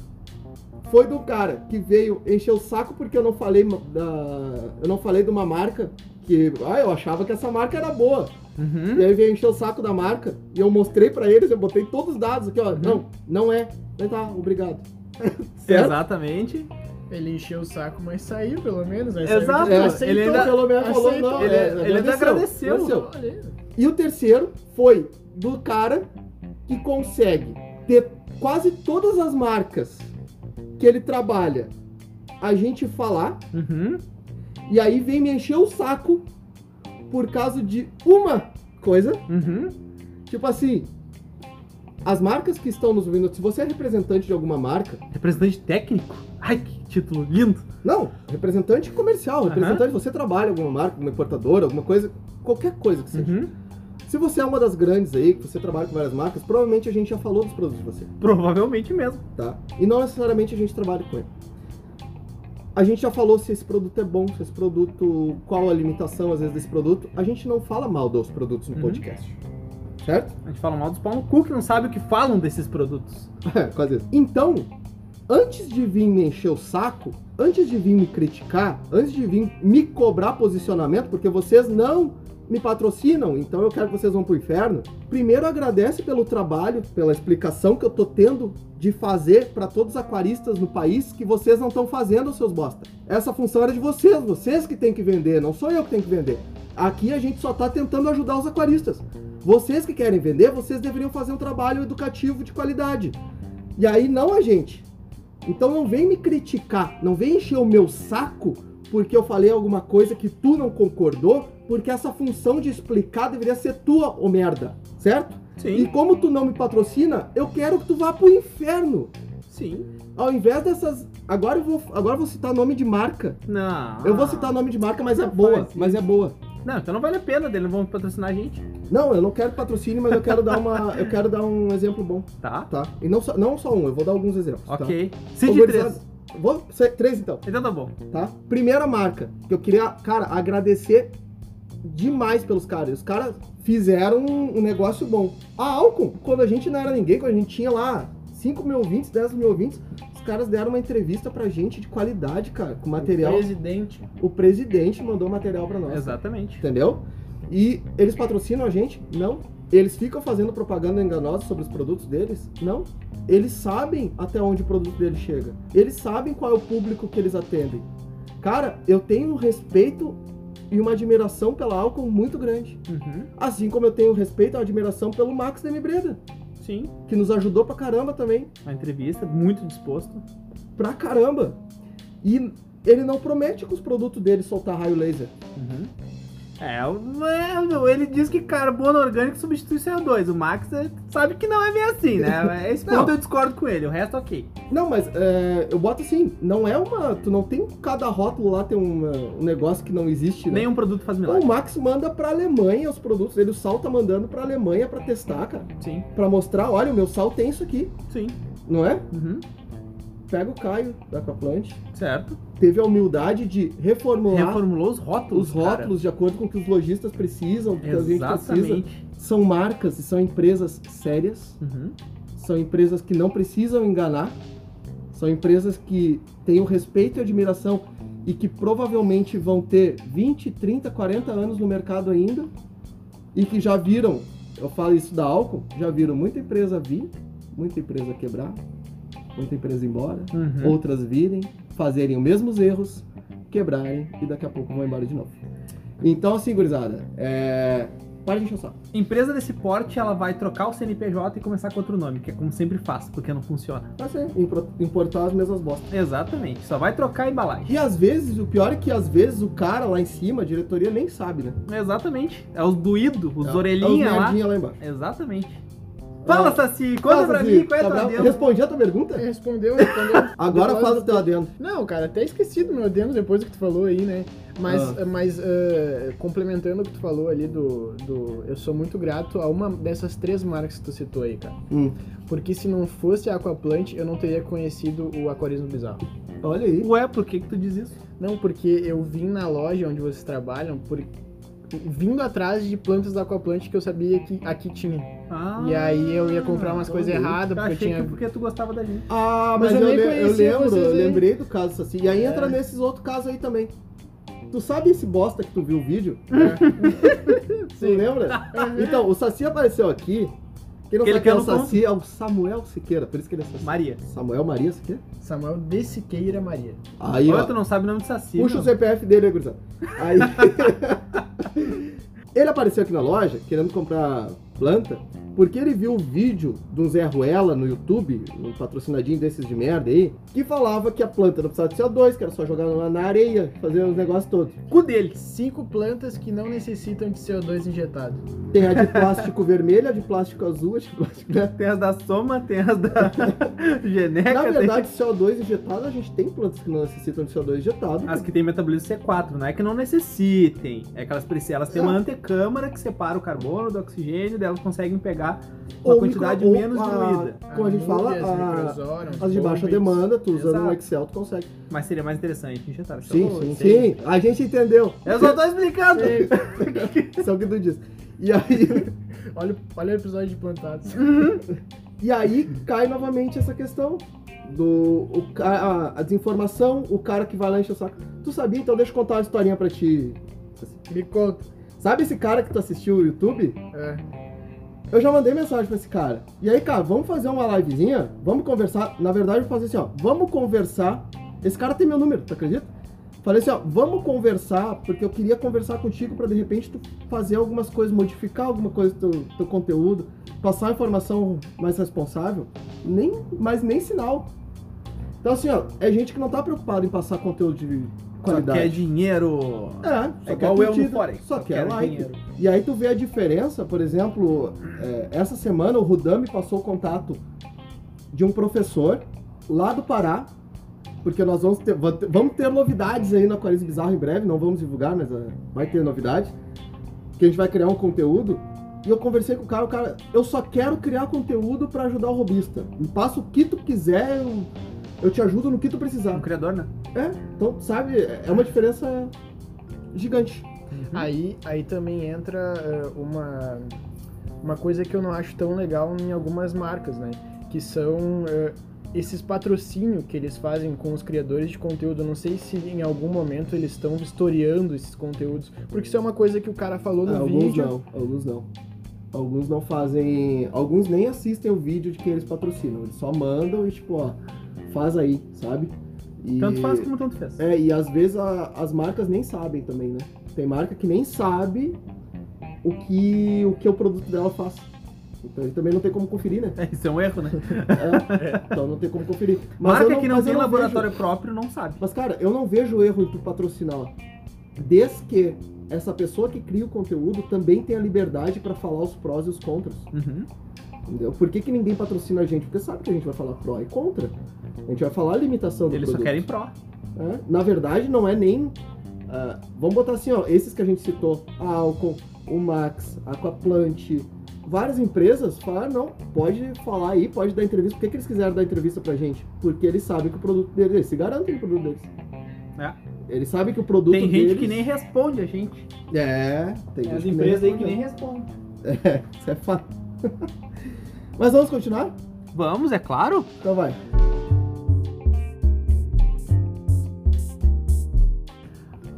[SPEAKER 1] foi do cara que veio encher o saco porque eu não falei ma- da, eu não falei de uma marca que ah, eu achava que essa marca era boa.
[SPEAKER 2] Uhum.
[SPEAKER 1] E aí veio encher o saco da marca e eu mostrei pra eles, eu botei todos os dados aqui, ó.
[SPEAKER 2] Uhum.
[SPEAKER 1] Não, não é. Aí tá, obrigado.
[SPEAKER 2] Exatamente.
[SPEAKER 3] Ele encheu o saco, mas saiu pelo menos. Né?
[SPEAKER 2] Exato.
[SPEAKER 1] É, aceitou,
[SPEAKER 2] ele ainda-
[SPEAKER 1] pelo menos falou,
[SPEAKER 3] aceitou.
[SPEAKER 1] não,
[SPEAKER 2] Ele-
[SPEAKER 1] é,
[SPEAKER 2] ele ainda agradeceu.
[SPEAKER 1] agradeceu.
[SPEAKER 3] Olha aí.
[SPEAKER 1] E o terceiro foi do cara que consegue ter quase todas as marcas que ele trabalha a gente falar
[SPEAKER 2] Uhum.
[SPEAKER 1] E aí vem me encher o saco por causa de uma coisa.
[SPEAKER 2] Uhum.
[SPEAKER 1] Tipo assim, as marcas que estão nos ouvindo, se você é representante de alguma marca,
[SPEAKER 2] Representante técnico. Ai, que título lindo.
[SPEAKER 1] não, representante comercial,
[SPEAKER 2] Aham.
[SPEAKER 1] representante, você trabalha em alguma marca, uma importadora, alguma coisa, qualquer coisa que seja.
[SPEAKER 2] Uhum.
[SPEAKER 1] Se você é uma das grandes aí, que você trabalha com várias marcas, provavelmente a gente já falou dos produtos de você,
[SPEAKER 2] Provavelmente mesmo.
[SPEAKER 1] tá? E não necessariamente a gente trabalha com ele. A gente já falou se esse produto é bom, se esse produto, qual a limitação às vezes desse produto. A gente não fala mal dos produtos no
[SPEAKER 2] Uhum.
[SPEAKER 1] podcast. Certo?
[SPEAKER 2] A gente fala mal dos pau no cu que não sabe o que falam desses produtos.
[SPEAKER 1] É, quase isso. Então, antes de vir me encher o saco, antes de vir me criticar, antes de vir me cobrar posicionamento, porque vocês não me patrocinam, então eu quero que vocês vão pro inferno. Primeiro agradece pelo trabalho, pela explicação que eu tô tendo de fazer para todos os aquaristas no país que vocês não estão fazendo, seus bosta. Essa função era de vocês, vocês que têm que vender, não sou eu que tenho que vender. Aqui a gente só tá tentando ajudar os aquaristas. Vocês que querem vender, vocês deveriam fazer um trabalho educativo de qualidade. E aí não a gente. Então não vem me criticar, não vem encher o meu saco porque eu falei alguma coisa que tu não concordou, porque essa função de explicar deveria ser tua, ô merda, certo? E
[SPEAKER 2] Sim.
[SPEAKER 1] como tu não me patrocina, eu quero que tu vá pro inferno.
[SPEAKER 2] Sim.
[SPEAKER 1] Ao invés dessas, agora eu vou, agora eu vou citar nome de marca.
[SPEAKER 2] Não.
[SPEAKER 1] Eu vou citar nome de marca, mas é
[SPEAKER 2] Ah. não
[SPEAKER 1] boa,
[SPEAKER 2] faz isso.
[SPEAKER 1] mas é boa.
[SPEAKER 2] Não, então não vale a pena dele. Não vão patrocinar a gente.
[SPEAKER 1] Não, eu não quero patrocínio, mas eu quero dar uma, eu quero dar um exemplo bom,
[SPEAKER 2] Tá?
[SPEAKER 1] tá? E não só, não só um, eu vou dar alguns exemplos, tá?
[SPEAKER 2] Ok. Cid
[SPEAKER 1] Organizado.
[SPEAKER 2] 3.
[SPEAKER 1] Vou ser três então.
[SPEAKER 2] Então tá bom.
[SPEAKER 1] tá? Primeira marca que eu queria, cara, agradecer demais pelos caras. E Os caras fizeram um, um negócio bom. A Alcon, quando a gente não era ninguém, quando a gente tinha lá 5 mil ouvintes, 10 mil ouvintes, os caras deram uma entrevista pra gente de qualidade, cara, com material.
[SPEAKER 3] O presidente.
[SPEAKER 1] O presidente mandou material pra nós.
[SPEAKER 2] Exatamente.
[SPEAKER 1] Entendeu? E eles patrocinam a gente? Não. Eles ficam fazendo propaganda enganosa sobre os produtos deles? Não. Eles sabem até onde o produto deles chega. Eles sabem qual é o público que eles atendem. Cara, eu tenho um respeito e uma admiração pela Alcon muito grande.
[SPEAKER 2] Uhum.
[SPEAKER 1] Assim como eu tenho respeito e admiração pelo Max Demibreda,
[SPEAKER 2] Sim,
[SPEAKER 1] que nos ajudou pra caramba também.
[SPEAKER 2] uma entrevista, muito disposto.
[SPEAKER 1] Pra caramba. E ele não promete com os produtos dele soltar raio laser.
[SPEAKER 2] Uhum. É, o- é, o- ele diz que carbono orgânico substitui CO2. O Max é, sabe que não é bem assim, né? Esse ponto
[SPEAKER 1] Não.
[SPEAKER 2] eu discordo com ele, o resto ok.
[SPEAKER 1] Não, mas é, eu boto assim, não é uma. Tu não tem cada rótulo lá, tem uma- um negócio que não existe, né?
[SPEAKER 2] Nenhum produto faz
[SPEAKER 1] Então, o
[SPEAKER 2] milagre.
[SPEAKER 1] Max manda pra Alemanha os produtos dele, o Sal tá mandando pra Alemanha pra testar, cara.
[SPEAKER 2] Sim,
[SPEAKER 1] Pra mostrar, olha, o meu sal tem isso aqui,
[SPEAKER 2] sim.
[SPEAKER 1] não é?
[SPEAKER 2] Uhum.
[SPEAKER 1] Pega o Caio da Caplant.
[SPEAKER 2] Certo.
[SPEAKER 1] Teve a humildade de reformular
[SPEAKER 2] Reformulou os rótulos.
[SPEAKER 1] os
[SPEAKER 2] cara.
[SPEAKER 1] rótulos de acordo com o que os lojistas precisam, o que a gente precisa.
[SPEAKER 2] Exatamente.
[SPEAKER 1] São marcas e são empresas sérias.
[SPEAKER 2] Uhum.
[SPEAKER 1] são empresas que não precisam enganar, são empresas que têm o respeito e admiração e que provavelmente vão ter 20, 30, 40 anos no mercado ainda e que já viram, eu falo isso da álcool, já viram muita empresa vir, muita empresa quebrar, muita empresa ir embora,
[SPEAKER 2] Uhum.
[SPEAKER 1] outras virem, fazerem os mesmos erros, quebrarem e daqui a pouco vão embora de novo. Então, assim, gurizada, é... para de encher o saco.
[SPEAKER 2] Empresa desse porte, ela vai trocar o CNPJ e começar com outro nome, que é como sempre faz, porque não funciona.
[SPEAKER 1] Vai ser impro- importar as mesmas bostas.
[SPEAKER 2] Exatamente. Só vai trocar a embalagem.
[SPEAKER 1] E às vezes, o pior é que às vezes o cara lá em cima, a diretoria, nem sabe, né?
[SPEAKER 2] Exatamente. É os doído, os
[SPEAKER 1] É,
[SPEAKER 2] orelhinha
[SPEAKER 1] é os
[SPEAKER 2] lá.
[SPEAKER 1] merdinha lá embaixo.
[SPEAKER 2] Exatamente. Fala,
[SPEAKER 1] É.
[SPEAKER 2] Saci, conta
[SPEAKER 1] Fala,
[SPEAKER 2] pra
[SPEAKER 1] Zizi,
[SPEAKER 2] mim qual é a
[SPEAKER 1] tá
[SPEAKER 2] tua
[SPEAKER 1] bravo?
[SPEAKER 2] deusa.
[SPEAKER 1] Respondi a tua pergunta?
[SPEAKER 2] É.
[SPEAKER 3] Respondeu, respondeu.
[SPEAKER 1] Agora
[SPEAKER 3] Depois-
[SPEAKER 1] faz o teu adendo.
[SPEAKER 3] Não, cara, até esqueci do meu adendo depois do que tu falou aí, né? Mas,
[SPEAKER 1] Ah.
[SPEAKER 3] mas ah, complementando o que tu falou ali do, do. Eu sou muito grato a uma dessas três marcas que tu citou aí, cara.
[SPEAKER 1] Hum.
[SPEAKER 3] Porque se não fosse a Aquaplant, eu não teria conhecido o Aquarismo Bizarro.
[SPEAKER 1] Olha aí.
[SPEAKER 2] Ué, por que que tu diz isso?
[SPEAKER 3] Não, porque eu vim na loja onde vocês trabalham, por... vindo atrás de plantas da Aquaplant que eu sabia que aqui tinha.
[SPEAKER 2] Ah,
[SPEAKER 3] e aí eu ia comprar umas coisas
[SPEAKER 1] olha aí.
[SPEAKER 3] erradas,
[SPEAKER 2] eu
[SPEAKER 3] porque eu
[SPEAKER 2] Ah, achei
[SPEAKER 3] tinha.
[SPEAKER 2] que porque tu gostava da gente.
[SPEAKER 1] Ah,
[SPEAKER 3] mas eu
[SPEAKER 1] eu,
[SPEAKER 3] nem
[SPEAKER 1] le- eu
[SPEAKER 3] conhecia
[SPEAKER 1] lembro,
[SPEAKER 3] vocês
[SPEAKER 1] eu
[SPEAKER 3] aí.
[SPEAKER 1] lembrei do caso assim. E aí
[SPEAKER 3] É.
[SPEAKER 1] entra nesses outros casos aí também. Tu sabe esse bosta que tu viu o vídeo?
[SPEAKER 3] É.
[SPEAKER 1] Tu
[SPEAKER 3] Sim.
[SPEAKER 1] lembra? Então, o Saci apareceu aqui. Quem não
[SPEAKER 2] Ele
[SPEAKER 1] sabe quem é
[SPEAKER 2] quer
[SPEAKER 1] o
[SPEAKER 2] no
[SPEAKER 1] Saci é o Samuel Siqueira, por isso que ele é Saci.
[SPEAKER 2] Maria.
[SPEAKER 1] Samuel Maria Siqueira?
[SPEAKER 3] Samuel de Siqueira Maria.
[SPEAKER 1] Aí,
[SPEAKER 2] Agora
[SPEAKER 1] ó.
[SPEAKER 2] tu não sabe o nome de Saci.
[SPEAKER 1] Puxa o
[SPEAKER 2] meu.
[SPEAKER 1] CPF dele, né, gurizada? Aí. ele apareceu aqui na loja querendo comprar planta porque ele viu o vídeo de um Zé Ruela no YouTube, um patrocinadinho desses de merda aí, que falava que a planta não precisava de CO2, que era só jogar na- na areia, fazer os negócios todos.
[SPEAKER 2] cu deles.
[SPEAKER 3] Cinco plantas que não necessitam de CO2 injetado.
[SPEAKER 1] Tem a de plástico vermelho, a de plástico azul, a de plástico. né?
[SPEAKER 2] Tem as da Soma, tem as da Geneca.
[SPEAKER 1] Na
[SPEAKER 2] tem-
[SPEAKER 1] verdade, CO2 injetado, a gente tem plantas que não necessitam de CO2 injetado.
[SPEAKER 2] As que têm metabolismo C4, não é que não necessitem, é que elas precisam. Elas têm uma
[SPEAKER 1] Não.
[SPEAKER 2] antecâmara que separa o carbono do oxigênio, daí elas conseguem pegar uma
[SPEAKER 1] Ou
[SPEAKER 2] quantidade
[SPEAKER 1] micro- ou
[SPEAKER 2] menos
[SPEAKER 1] a-
[SPEAKER 2] diluída.
[SPEAKER 1] Como a gente fala,
[SPEAKER 3] Amúrias,
[SPEAKER 1] a-
[SPEAKER 3] microzórons,
[SPEAKER 1] As de baixa
[SPEAKER 3] pombis.
[SPEAKER 1] demanda, tu usando
[SPEAKER 2] Exato.
[SPEAKER 1] um Excel, tu consegue.
[SPEAKER 2] Mas seria mais interessante injetar.
[SPEAKER 1] Sim,
[SPEAKER 2] Então,
[SPEAKER 1] sim,
[SPEAKER 2] sei.
[SPEAKER 1] sim. assim, A gente entendeu.
[SPEAKER 2] Eu só tô explicando.
[SPEAKER 1] Isso é o que tu diz. E aí,
[SPEAKER 3] Olha, olha o episódio de plantados.
[SPEAKER 1] e aí cai novamente essa questão do o ca- a, a desinformação, o cara que vai lá encher o saco. Tu sabia? Então deixa eu contar uma historinha pra ti.
[SPEAKER 3] Me conta.
[SPEAKER 1] Sabe esse cara que tu assistiu o YouTube?
[SPEAKER 3] É.
[SPEAKER 1] Eu já mandei mensagem pra esse cara. E aí, cara, vamos fazer uma livezinha? Vamos conversar. Na verdade, eu vou fazer assim, ó. Vamos conversar. Esse cara tem meu número, tu acredita? Falei assim, ó, vamos conversar, porque eu queria conversar contigo pra de repente tu fazer algumas coisas, modificar alguma coisa do teu, teu conteúdo, passar informação mais responsável, nem, mas nem sinal. Então assim, ó, é gente que não tá preocupada em passar conteúdo de
[SPEAKER 2] Só quer
[SPEAKER 1] qualidade.
[SPEAKER 2] dinheiro.
[SPEAKER 1] É, só
[SPEAKER 2] É igual
[SPEAKER 1] quer
[SPEAKER 2] eu no
[SPEAKER 1] curtida,
[SPEAKER 2] Forex.
[SPEAKER 1] Só quer
[SPEAKER 2] quero
[SPEAKER 1] like.
[SPEAKER 2] dinheiro.
[SPEAKER 1] E aí tu vê a diferença, por exemplo, é, essa semana o Rudan me passou o contato de um professor lá do Pará, porque nós vamos ter, va- vamos ter novidades aí no Aquarismo Bizarro em breve, não vamos divulgar, mas é, vai ter novidade, que a gente vai criar um conteúdo. E eu conversei com o cara, o cara, eu só quero criar conteúdo pra ajudar o robista. Me passa o que tu quiser, eu, eu te ajudo no que
[SPEAKER 2] É
[SPEAKER 1] tu precisar.
[SPEAKER 2] Um criador, né?
[SPEAKER 1] É, então, sabe, é uma diferença gigante.
[SPEAKER 3] Aí, aí também entra eh, uma, uma coisa que eu não acho tão legal em algumas marcas, né? Que são eh, esses patrocínios que eles fazem com os criadores de conteúdo. Eu não sei se em algum momento eles estão vistoriando esses conteúdos, porque isso é uma coisa que o cara falou no
[SPEAKER 1] Ah, alguns
[SPEAKER 3] vídeo.
[SPEAKER 1] não, alguns não. Alguns não fazem. Alguns nem assistem o vídeo de quem eles patrocinam. Eles só mandam e tipo, ó, faz aí, sabe? E-
[SPEAKER 2] Tanto faz como tanto fez.
[SPEAKER 1] É, e às vezes a- as marcas nem sabem também, né? Tem marca que nem sabe o que o, que o produto dela faz. Então ele também não tem como conferir, né?
[SPEAKER 2] É, Isso é um erro, né?
[SPEAKER 1] É, então não tem como conferir. Mas eu
[SPEAKER 2] Marca que não
[SPEAKER 1] mas eu
[SPEAKER 2] tem laboratório
[SPEAKER 1] vejo-
[SPEAKER 2] próprio não sabe.
[SPEAKER 1] mas, cara, eu não vejo erro em tu patrocinar. Desde que essa pessoa que cria o conteúdo também tenha liberdade pra falar os prós e os contras.
[SPEAKER 2] Uhum.
[SPEAKER 1] Entendeu? Por que, que ninguém patrocina a gente? Porque sabe que a gente vai falar pró e contra. A gente vai falar a limitação do
[SPEAKER 2] Eles só
[SPEAKER 1] produto.
[SPEAKER 2] querem pró.
[SPEAKER 1] né? Na verdade, não é nem. ah, vamos botar assim, ó, esses que a gente citou, a Alcon, o Max, a Aquaplant, várias empresas falaram, não, pode falar aí, pode dar entrevista. Por que, que eles quiseram dar entrevista pra gente? Porque eles sabem que o produto deles, eles se garantem o produto deles.
[SPEAKER 2] É.
[SPEAKER 1] Eles sabem que o produto
[SPEAKER 2] Tem gente
[SPEAKER 1] deles...
[SPEAKER 2] que nem responde a gente.
[SPEAKER 1] É, tem
[SPEAKER 2] Tem
[SPEAKER 1] gente
[SPEAKER 2] as
[SPEAKER 1] que
[SPEAKER 2] empresas
[SPEAKER 1] nem...
[SPEAKER 2] aí que nem responde.
[SPEAKER 1] É, isso é fato. Mas vamos continuar?
[SPEAKER 2] Vamos, é claro.
[SPEAKER 1] Então vai.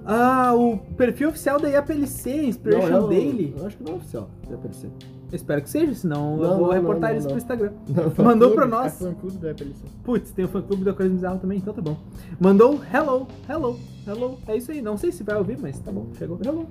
[SPEAKER 2] Ah, o perfil oficial da IAP License, Inspiration
[SPEAKER 1] eu-
[SPEAKER 2] Daily.
[SPEAKER 1] Eu acho que não é oficial, deve aparecer.
[SPEAKER 2] Espero que seja, senão eu
[SPEAKER 1] Não,
[SPEAKER 2] vou
[SPEAKER 1] não,
[SPEAKER 2] reportar
[SPEAKER 1] não,
[SPEAKER 2] eles
[SPEAKER 1] não,
[SPEAKER 2] pro
[SPEAKER 1] não. tá
[SPEAKER 2] Instagram. Mandou pra
[SPEAKER 3] É
[SPEAKER 2] nós.
[SPEAKER 3] fã-clube do Apple, isso.
[SPEAKER 2] Putz, tem o fã clube da Coisa Bizarra também, então tá bom. Mandou hello, hello, hello. É isso aí, não sei se vai ouvir, mas tá bom, chegou. Hello.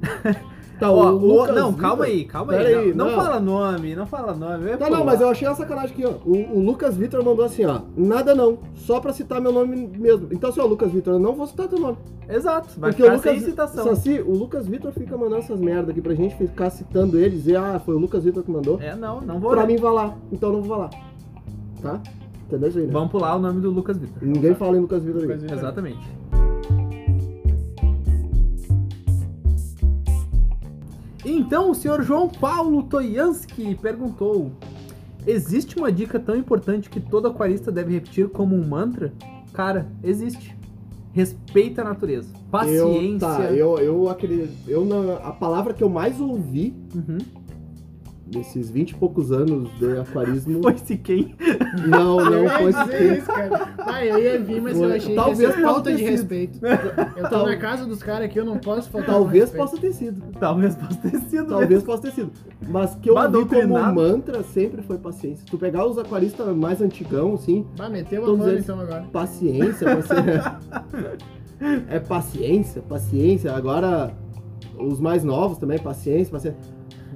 [SPEAKER 1] Tá,
[SPEAKER 2] Ó, o-
[SPEAKER 1] Lucas
[SPEAKER 2] não,
[SPEAKER 1] Vitor-
[SPEAKER 2] calma aí, calma aí.
[SPEAKER 1] Pera aí,
[SPEAKER 2] não, não
[SPEAKER 1] não.
[SPEAKER 2] fala nome, não fala nome. é
[SPEAKER 1] Tá,
[SPEAKER 2] pô,
[SPEAKER 1] não, mas eu achei uma sacanagem aqui, ó. O, o Lucas Vitor mandou assim, ó. Nada não, só pra citar meu nome mesmo. Então, assim, ó, Lucas Vitor, eu não vou citar teu nome.
[SPEAKER 2] Exato, vai
[SPEAKER 1] o
[SPEAKER 2] ficar sem citação.
[SPEAKER 1] Saci, o Lucas Vitor fica mandando essas merdas aqui pra gente ficar citando ele, dizer, ah, foi o Lucas Vitor que mandou.
[SPEAKER 2] É, não, não vou.
[SPEAKER 1] pra
[SPEAKER 2] ler.
[SPEAKER 1] mim vai lá, então eu não vou falar. Tá? Entendeu isso aí, né?
[SPEAKER 2] Vamos pular o nome do Lucas Vitor.
[SPEAKER 1] Ninguém fala em Lucas Vitor
[SPEAKER 3] Lucas
[SPEAKER 1] aí.
[SPEAKER 3] Vitor.
[SPEAKER 2] Exatamente. Então, o senhor João Paulo Toyansky perguntou: Existe uma dica tão importante que todo aquarista deve repetir como um mantra? Cara, existe. Respeita a natureza. Paciência.
[SPEAKER 1] Eu, tá, eu, eu acredito. Eu, na- a palavra que eu mais ouvi
[SPEAKER 2] Uhum.
[SPEAKER 1] nesses 20 e poucos anos de aquarismo.
[SPEAKER 2] Foi-se quem?
[SPEAKER 1] não,
[SPEAKER 3] Eu
[SPEAKER 1] não
[SPEAKER 3] ia
[SPEAKER 1] foi assim.
[SPEAKER 3] dizer É isso, cara. Ah, eu ia vir, mas eu
[SPEAKER 1] Foi.
[SPEAKER 3] achei
[SPEAKER 1] Talvez
[SPEAKER 3] que ia ser falta de
[SPEAKER 1] possa ter sido.
[SPEAKER 3] respeito. Eu tô
[SPEAKER 1] Tal-
[SPEAKER 3] na casa dos caras aqui, eu não posso faltar
[SPEAKER 1] Talvez
[SPEAKER 3] com respeito.
[SPEAKER 1] possa ter sido.
[SPEAKER 2] Talvez possa ter sido. mesmo.
[SPEAKER 1] Talvez possa ter sido. Mas que eu
[SPEAKER 2] Mas
[SPEAKER 1] ouvi como
[SPEAKER 2] doutrinado.
[SPEAKER 1] mantra sempre foi paciência. Tu pegar os aquaristas mais antigão, assim,
[SPEAKER 3] Bah, meteu a
[SPEAKER 1] Todos
[SPEAKER 3] mão
[SPEAKER 1] eles.
[SPEAKER 3] então agora.
[SPEAKER 1] paciência, paciência. é paciência, paciência. Agora, os mais novos também, paciência, paciência.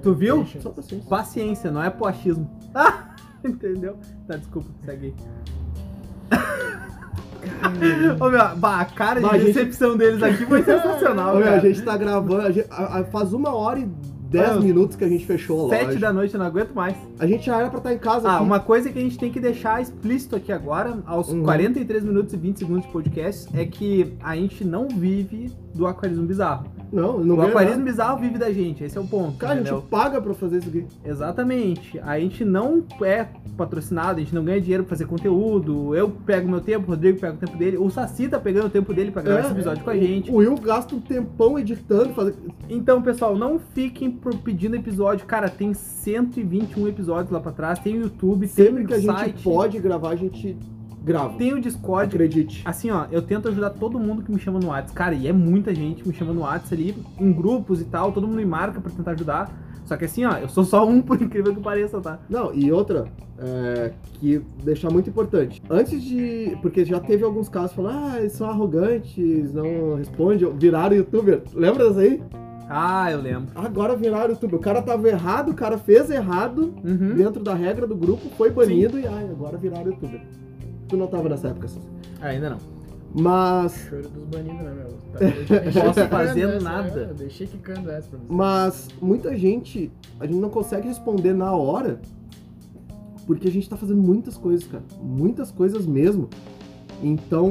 [SPEAKER 2] Tu viu?
[SPEAKER 1] Só paciência.
[SPEAKER 2] Paciência, não é poachismo. Ah, entendeu? Tá, desculpa, segue aí. Ô, meu, bah, a cara de
[SPEAKER 1] Bah, a gente-
[SPEAKER 2] decepção deles aqui foi sensacional,
[SPEAKER 1] Olha,
[SPEAKER 2] cara.
[SPEAKER 1] a gente tá gravando, a gente- a- a- faz uma hora e dez
[SPEAKER 2] Olha,
[SPEAKER 1] minutos que a gente fechou a
[SPEAKER 2] Sete
[SPEAKER 1] loja.
[SPEAKER 2] da noite, eu não aguento mais.
[SPEAKER 1] A gente já era pra estar em casa
[SPEAKER 2] Ah,
[SPEAKER 1] aqui.
[SPEAKER 2] uma coisa que a gente tem que deixar explícito aqui agora, aos
[SPEAKER 1] Uhum.
[SPEAKER 2] 43 minutos e 20 segundos de podcast, é que a gente não vive do aquarismo bizarro.
[SPEAKER 1] Não, não
[SPEAKER 2] o
[SPEAKER 1] ganha
[SPEAKER 2] aquarismo
[SPEAKER 1] nada.
[SPEAKER 2] bizarro vive da gente, esse é o ponto.
[SPEAKER 1] Cara, a
[SPEAKER 2] entendeu?
[SPEAKER 1] gente paga pra fazer isso aqui.
[SPEAKER 2] Exatamente. A gente não é patrocinado, a gente não ganha dinheiro pra fazer conteúdo. Eu pego meu tempo, o Rodrigo pega o tempo dele. O Saci tá pegando o tempo dele pra gravar
[SPEAKER 1] É,
[SPEAKER 2] esse episódio com a
[SPEAKER 1] o-
[SPEAKER 2] gente.
[SPEAKER 1] O Will gasta um tempão editando, fazendo...
[SPEAKER 2] Então, pessoal, não fiquem por- pedindo episódio. Cara, tem 121 episódios lá pra trás. Tem o YouTube,
[SPEAKER 1] Sempre
[SPEAKER 2] tem
[SPEAKER 1] que
[SPEAKER 2] o
[SPEAKER 1] a gente
[SPEAKER 2] site,
[SPEAKER 1] pode gravar, a gente grava.
[SPEAKER 2] tem o Discord.
[SPEAKER 1] Acredite.
[SPEAKER 2] Assim, ó, eu tento ajudar todo mundo que me chama no WhatsApp. Cara, e é muita gente que me chama no WhatsApp ali, em grupos e tal. Todo mundo me marca pra tentar ajudar. Só que assim, ó, eu sou só um, por incrível que pareça, tá?
[SPEAKER 1] Não, e outra é, que deixar muito importante. Antes de. Porque já teve alguns casos falando, ah, eles são arrogantes, não respondem, viraram youtuber. Lembra dessa aí?
[SPEAKER 2] Ah, eu lembro.
[SPEAKER 1] Agora viraram youtuber. O cara tava errado, o cara fez errado
[SPEAKER 2] Uhum.
[SPEAKER 1] dentro da regra do grupo, foi banido e ai, agora viraram youtuber. Tu não tava nessa época, Suzy.
[SPEAKER 2] Ainda não.
[SPEAKER 1] Mas.
[SPEAKER 3] Choro dos banidos, né, meu? Tá,
[SPEAKER 2] Posso
[SPEAKER 3] quicando
[SPEAKER 2] fazer
[SPEAKER 3] essa,
[SPEAKER 2] nada.
[SPEAKER 3] né? Eu deixei quicando essa pra você.
[SPEAKER 1] Mas muita gente. A gente não consegue responder na hora. Porque a gente tá fazendo muitas coisas, cara. Muitas coisas mesmo. Então,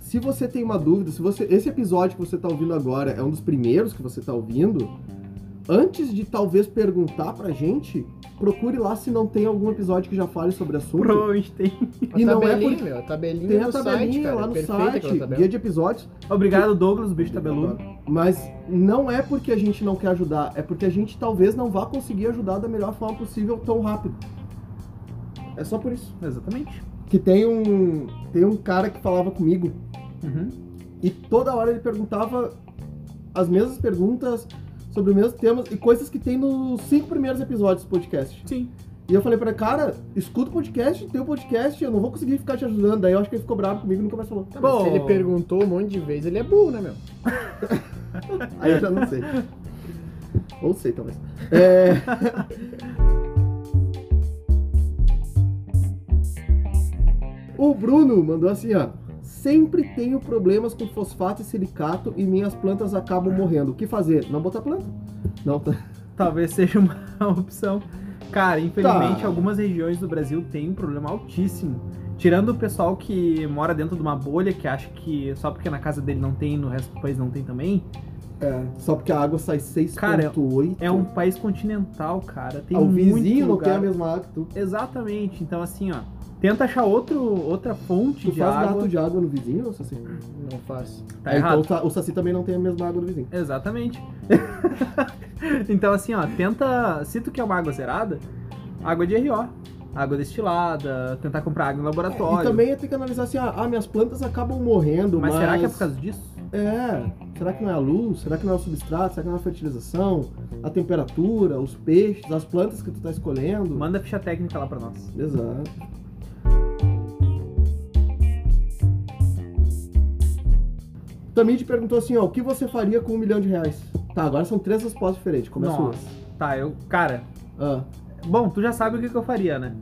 [SPEAKER 1] se você tem uma dúvida, se você esse episódio que você tá ouvindo agora é um dos primeiros que você tá ouvindo, antes de talvez perguntar pra gente, procure lá se não tem algum episódio que já fale sobre o assunto.
[SPEAKER 2] Provavelmente tem.
[SPEAKER 1] E não é
[SPEAKER 3] tabelinha,
[SPEAKER 1] por-
[SPEAKER 3] meu, a tabelinha
[SPEAKER 1] Tem a
[SPEAKER 3] no
[SPEAKER 1] tabelinha
[SPEAKER 3] site, cara,
[SPEAKER 1] lá no
[SPEAKER 3] perfeita aquela
[SPEAKER 1] site,
[SPEAKER 3] tabela.
[SPEAKER 1] guia de episódios.
[SPEAKER 2] Obrigado, Douglas, bicho tabeludo.
[SPEAKER 1] Tá Mas não é porque a gente não quer ajudar, é porque a gente talvez não vá conseguir ajudar da melhor forma possível tão rápido. É só por isso.
[SPEAKER 2] Exatamente.
[SPEAKER 1] Que tem um, tem um cara que falava comigo
[SPEAKER 2] Uhum.
[SPEAKER 1] e toda hora ele perguntava as mesmas perguntas sobre os mesmos temas e coisas que tem nos cinco primeiros episódios do podcast.
[SPEAKER 2] Sim.
[SPEAKER 1] E eu falei pra ele, cara, escuta o podcast, tem o podcast, eu não vou conseguir ficar te ajudando. Daí eu acho que ele ficou bravo comigo e nunca mais falou.
[SPEAKER 3] Tá, mas
[SPEAKER 2] Bom.
[SPEAKER 3] se ele perguntou um monte de vezes, ele é burro, né, meu?
[SPEAKER 1] Aí eu já não sei. Ou sei, talvez. É, O Bruno mandou assim, ó. Sempre tenho problemas com fosfato e silicato e minhas plantas acabam morrendo. O que fazer? Não botar planta? Não, tá.
[SPEAKER 2] Talvez seja uma opção. Cara, infelizmente,
[SPEAKER 1] Tá.
[SPEAKER 2] algumas regiões do Brasil têm um problema altíssimo. Tirando o pessoal que mora dentro de uma bolha, que acha que só porque na casa dele não tem, no resto do país não tem também.
[SPEAKER 1] Só porque a água sai 6.8.
[SPEAKER 2] É. Cara, É um país continental, cara. Tem
[SPEAKER 1] Ah, o
[SPEAKER 2] muito
[SPEAKER 1] vizinho não
[SPEAKER 2] lugar.
[SPEAKER 1] tem a mesma água que tu.
[SPEAKER 2] Exatamente. Então, assim, ó. Tenta achar outro, outra fonte
[SPEAKER 1] Tu
[SPEAKER 2] de
[SPEAKER 1] faz
[SPEAKER 2] água.
[SPEAKER 1] gato de água no vizinho, ou Saci?
[SPEAKER 3] Não faz.
[SPEAKER 2] Tá
[SPEAKER 1] Ah, então
[SPEAKER 2] errado.
[SPEAKER 1] o Sa- o Saci também não tem a mesma água do vizinho.
[SPEAKER 2] Exatamente. então, assim, ó, tenta. Se tu quer uma água zerada, água de RO. Água destilada, tentar comprar água em laboratório.
[SPEAKER 1] É, E também tem que analisar assim, ah, ah, minhas plantas acabam morrendo, mas...
[SPEAKER 2] mas, será que é por causa disso?
[SPEAKER 1] É, será que não é a luz? Será que não é o substrato? Será que não é a fertilização? A temperatura, os peixes, as plantas que tu tá escolhendo?
[SPEAKER 2] Manda a ficha técnica lá pra nós.
[SPEAKER 1] Exato. Tamid perguntou assim, ó, o que você faria com um milhão de reais? Tá, agora são três respostas diferentes, começa
[SPEAKER 2] Nossa.
[SPEAKER 1] hoje.
[SPEAKER 2] Tá, eu. Cara,
[SPEAKER 1] Ah,
[SPEAKER 2] bom, tu já sabe o que, que eu faria, né?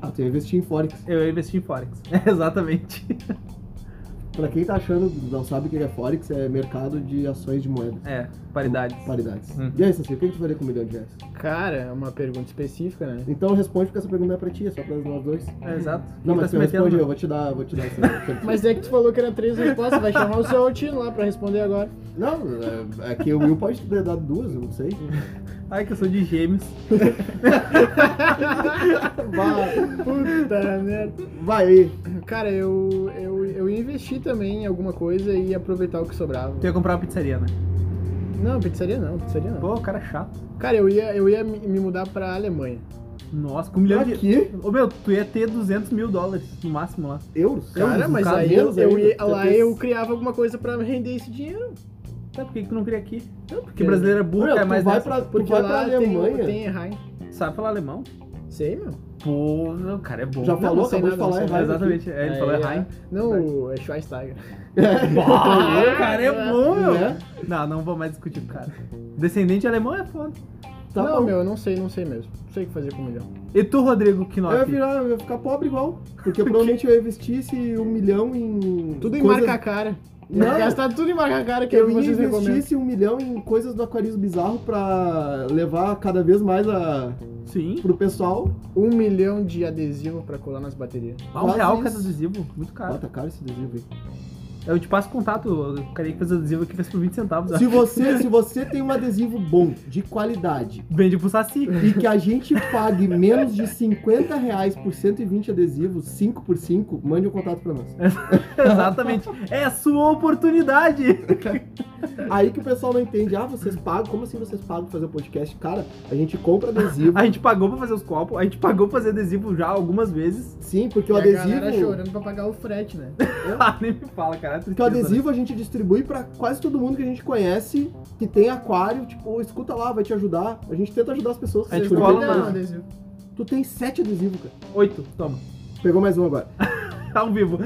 [SPEAKER 1] ah, tu ia investir em Forex.
[SPEAKER 2] Eu ia investir em Forex. É, Exatamente.
[SPEAKER 1] Pra quem tá achando, não sabe o que é Forex, é mercado de ações de moeda.
[SPEAKER 2] É, paridades.
[SPEAKER 1] Paridades.
[SPEAKER 2] Uhum.
[SPEAKER 1] E aí, Saci, o que que tu faria com um milhão de reais?
[SPEAKER 3] Cara, é uma pergunta específica, né?
[SPEAKER 1] Então responde porque essa pergunta é pra ti, é só pra nós dois.
[SPEAKER 2] É, exato.
[SPEAKER 1] Não,
[SPEAKER 2] Quem
[SPEAKER 1] mas
[SPEAKER 2] se
[SPEAKER 1] tu
[SPEAKER 2] metendo,
[SPEAKER 1] responde
[SPEAKER 2] né?
[SPEAKER 1] eu, vou te dar, vou te dar essa.
[SPEAKER 3] Mas é que tu falou que era três respostas, vai chamar o seu Altino lá pra responder agora.
[SPEAKER 1] Não, é, é que o Will pode ter dado duas, eu não sei.
[SPEAKER 2] Ai, que eu sou de gêmeos.
[SPEAKER 1] Vai,
[SPEAKER 3] Puta merda.
[SPEAKER 1] vai aí.
[SPEAKER 3] Cara, eu, eu, eu ia investir também em alguma coisa e aproveitar o que sobrava.
[SPEAKER 2] Tu ia comprar uma pizzaria, né?
[SPEAKER 3] Não, pizzaria não, pizzaria não.
[SPEAKER 2] Pô, cara é chato.
[SPEAKER 3] Cara, eu ia, eu ia me me mudar pra Alemanha.
[SPEAKER 2] Nossa, com um milhão de.
[SPEAKER 1] Aqui,
[SPEAKER 2] Ô meu, tu ia ter 200 mil dólares no máximo lá.
[SPEAKER 1] euros.
[SPEAKER 3] Cara,
[SPEAKER 1] Euros,
[SPEAKER 3] mas
[SPEAKER 1] no caso,
[SPEAKER 3] aí eu,
[SPEAKER 1] euros
[SPEAKER 3] eu
[SPEAKER 1] ainda.
[SPEAKER 3] ia, lá
[SPEAKER 1] tenho-
[SPEAKER 3] eu criava alguma coisa pra render esse dinheiro.
[SPEAKER 2] Tá, por que que tu não cria aqui?
[SPEAKER 3] Não,
[SPEAKER 2] Porque brasileiro é burro,
[SPEAKER 1] Meu,
[SPEAKER 2] é
[SPEAKER 1] tu
[SPEAKER 2] mais
[SPEAKER 1] vai
[SPEAKER 2] nessa.
[SPEAKER 1] pra, tu
[SPEAKER 3] Porque
[SPEAKER 1] vai pra
[SPEAKER 3] lá tem,
[SPEAKER 1] Alemanha.
[SPEAKER 3] tem Errai.
[SPEAKER 2] Sabe falar alemão?
[SPEAKER 3] Sei, meu.
[SPEAKER 2] Pô, o cara é bom.
[SPEAKER 1] Já
[SPEAKER 3] Não,
[SPEAKER 1] falou,
[SPEAKER 3] não sei nada, não
[SPEAKER 1] acabou de falar
[SPEAKER 3] sei
[SPEAKER 1] errado.
[SPEAKER 2] Exatamente, é, ele falou
[SPEAKER 3] Aí,
[SPEAKER 2] é Heim.
[SPEAKER 3] Não, é Schweinsteiger.
[SPEAKER 2] Pô, o cara é bom, meu.
[SPEAKER 1] Né?
[SPEAKER 2] Não, não vou mais discutir com o cara. Descendente alemão é foda.
[SPEAKER 1] Tá
[SPEAKER 3] não,
[SPEAKER 1] bom.
[SPEAKER 3] meu, eu não sei, não sei mesmo. Não sei o que fazer com o milhão.
[SPEAKER 2] E tu, Rodrigo, que
[SPEAKER 1] Eu ia,
[SPEAKER 2] nota?
[SPEAKER 1] virar, eu ia ficar pobre igual. Porque provavelmente eu investisse um milhão em.
[SPEAKER 3] Tudo em
[SPEAKER 1] coisas-
[SPEAKER 3] marca cara.
[SPEAKER 1] Não.
[SPEAKER 3] Gastar tudo em marca cara que
[SPEAKER 1] Eu
[SPEAKER 3] eu
[SPEAKER 1] ia
[SPEAKER 3] vocês recomendam.
[SPEAKER 1] investisse um milhão em coisas do Aquarismo Bizarro pra levar cada vez mais a,
[SPEAKER 2] Sim.
[SPEAKER 1] pro pessoal.
[SPEAKER 3] Um milhão de adesivo pra colar nas baterias.
[SPEAKER 2] Ah, um
[SPEAKER 1] Quase
[SPEAKER 2] real
[SPEAKER 1] isso.
[SPEAKER 2] cada adesivo, muito
[SPEAKER 3] Tá.
[SPEAKER 2] caro.
[SPEAKER 1] Bota caro esse adesivo aí.
[SPEAKER 2] Eu te passo contato, o cara que fez o adesivo aqui fez por 20 centavos. ó.
[SPEAKER 1] Se você, se você tem um adesivo bom, de qualidade,
[SPEAKER 2] Vende pro Saci.
[SPEAKER 1] e que a gente pague menos de 50 reais por 120 adesivos, 5 por 5, mande um contato pra nós.
[SPEAKER 2] Exatamente. É a sua oportunidade.
[SPEAKER 1] Aí que o pessoal não entende, ah, vocês pagam, como assim vocês pagam pra fazer o podcast? Cara, a gente compra adesivo.
[SPEAKER 2] A gente pagou pra fazer os copos, a gente pagou pra fazer adesivo já algumas vezes.
[SPEAKER 1] Sim, porque o
[SPEAKER 3] E A galera
[SPEAKER 1] adesivo.
[SPEAKER 3] chorando pra pagar o frete, né?
[SPEAKER 2] Ah, nem me fala, cara. é
[SPEAKER 1] Porque o
[SPEAKER 2] tristeza, né?
[SPEAKER 1] adesivo a gente distribui pra quase todo mundo que a gente conhece, que tem aquário, tipo, escuta lá, vai te ajudar. A gente tenta ajudar as pessoas. que
[SPEAKER 2] A gente
[SPEAKER 1] vocês
[SPEAKER 2] cola
[SPEAKER 1] não
[SPEAKER 2] uma-
[SPEAKER 1] entendem.
[SPEAKER 3] Não, um adesivo.
[SPEAKER 1] Tu tem sete adesivos, cara.
[SPEAKER 2] Oito, toma.
[SPEAKER 1] Pegou mais um agora.
[SPEAKER 2] Tá ao vivo.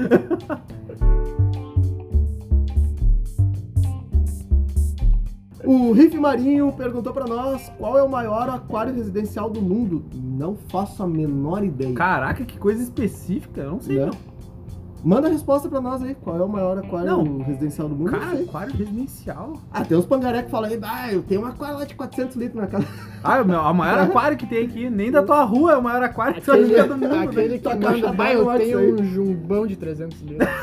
[SPEAKER 1] O Riff Marinho perguntou pra nós qual é o maior aquário residencial do mundo. Não faço a menor ideia.
[SPEAKER 2] Caraca, que coisa específica. Eu não sei,
[SPEAKER 1] Né?
[SPEAKER 2] não.
[SPEAKER 1] Manda a resposta pra nós aí. Qual é o maior aquário
[SPEAKER 2] Não.
[SPEAKER 1] residencial do mundo? Não
[SPEAKER 2] Cara,
[SPEAKER 1] sei.
[SPEAKER 2] aquário residencial.
[SPEAKER 1] Ah, tem uns pangaré que falam aí, ah, eu tenho um aquário lá de 400 litros na casa.
[SPEAKER 2] Ah, meu, o maior aquário que tem aqui. Nem da tua rua é o maior aquário que tu acha do mundo. né?
[SPEAKER 3] Aquele que
[SPEAKER 1] Tá
[SPEAKER 3] manda,
[SPEAKER 1] acabado
[SPEAKER 3] bah, eu
[SPEAKER 1] mais
[SPEAKER 3] tenho
[SPEAKER 1] isso
[SPEAKER 3] um jumbão de 300 litros.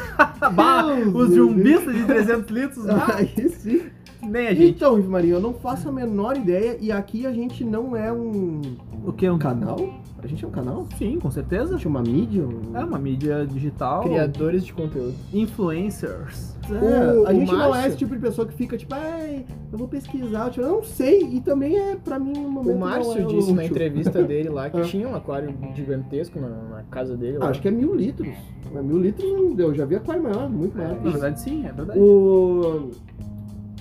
[SPEAKER 2] Bah,
[SPEAKER 1] Deus,
[SPEAKER 2] os
[SPEAKER 1] meu
[SPEAKER 2] jumbistas de 300 litros. bah.
[SPEAKER 1] Ah, Aí sim.
[SPEAKER 2] Nem a É, gente.
[SPEAKER 1] Então, Ivo Marinho, eu não faço a menor ideia e aqui a gente não é um.
[SPEAKER 2] O que é
[SPEAKER 1] Um canal? A gente é um canal?
[SPEAKER 2] Sim, com
[SPEAKER 1] A
[SPEAKER 2] certeza.
[SPEAKER 1] gente é uma mídia? Um...
[SPEAKER 2] É uma mídia digital.
[SPEAKER 3] Criadores de conteúdo.
[SPEAKER 2] Influencers.
[SPEAKER 1] É,
[SPEAKER 3] O-
[SPEAKER 1] a
[SPEAKER 3] o
[SPEAKER 1] gente não é
[SPEAKER 3] Márcio-
[SPEAKER 1] esse tipo de pessoa que fica tipo, ai, eu vou pesquisar, tipo, eu não sei. E também é, pra mim, um momento
[SPEAKER 3] O Márcio
[SPEAKER 1] não é
[SPEAKER 3] disse na
[SPEAKER 1] útil.
[SPEAKER 3] entrevista dele lá que
[SPEAKER 1] Ah.
[SPEAKER 3] tinha um aquário gigantesco na, na casa dele.
[SPEAKER 1] Ah,
[SPEAKER 3] Lá.
[SPEAKER 1] acho que é mil litros. Mas mil litros não deu, eu já vi aquário maior, muito maior.
[SPEAKER 2] Na verdade, sim, é verdade.
[SPEAKER 1] O...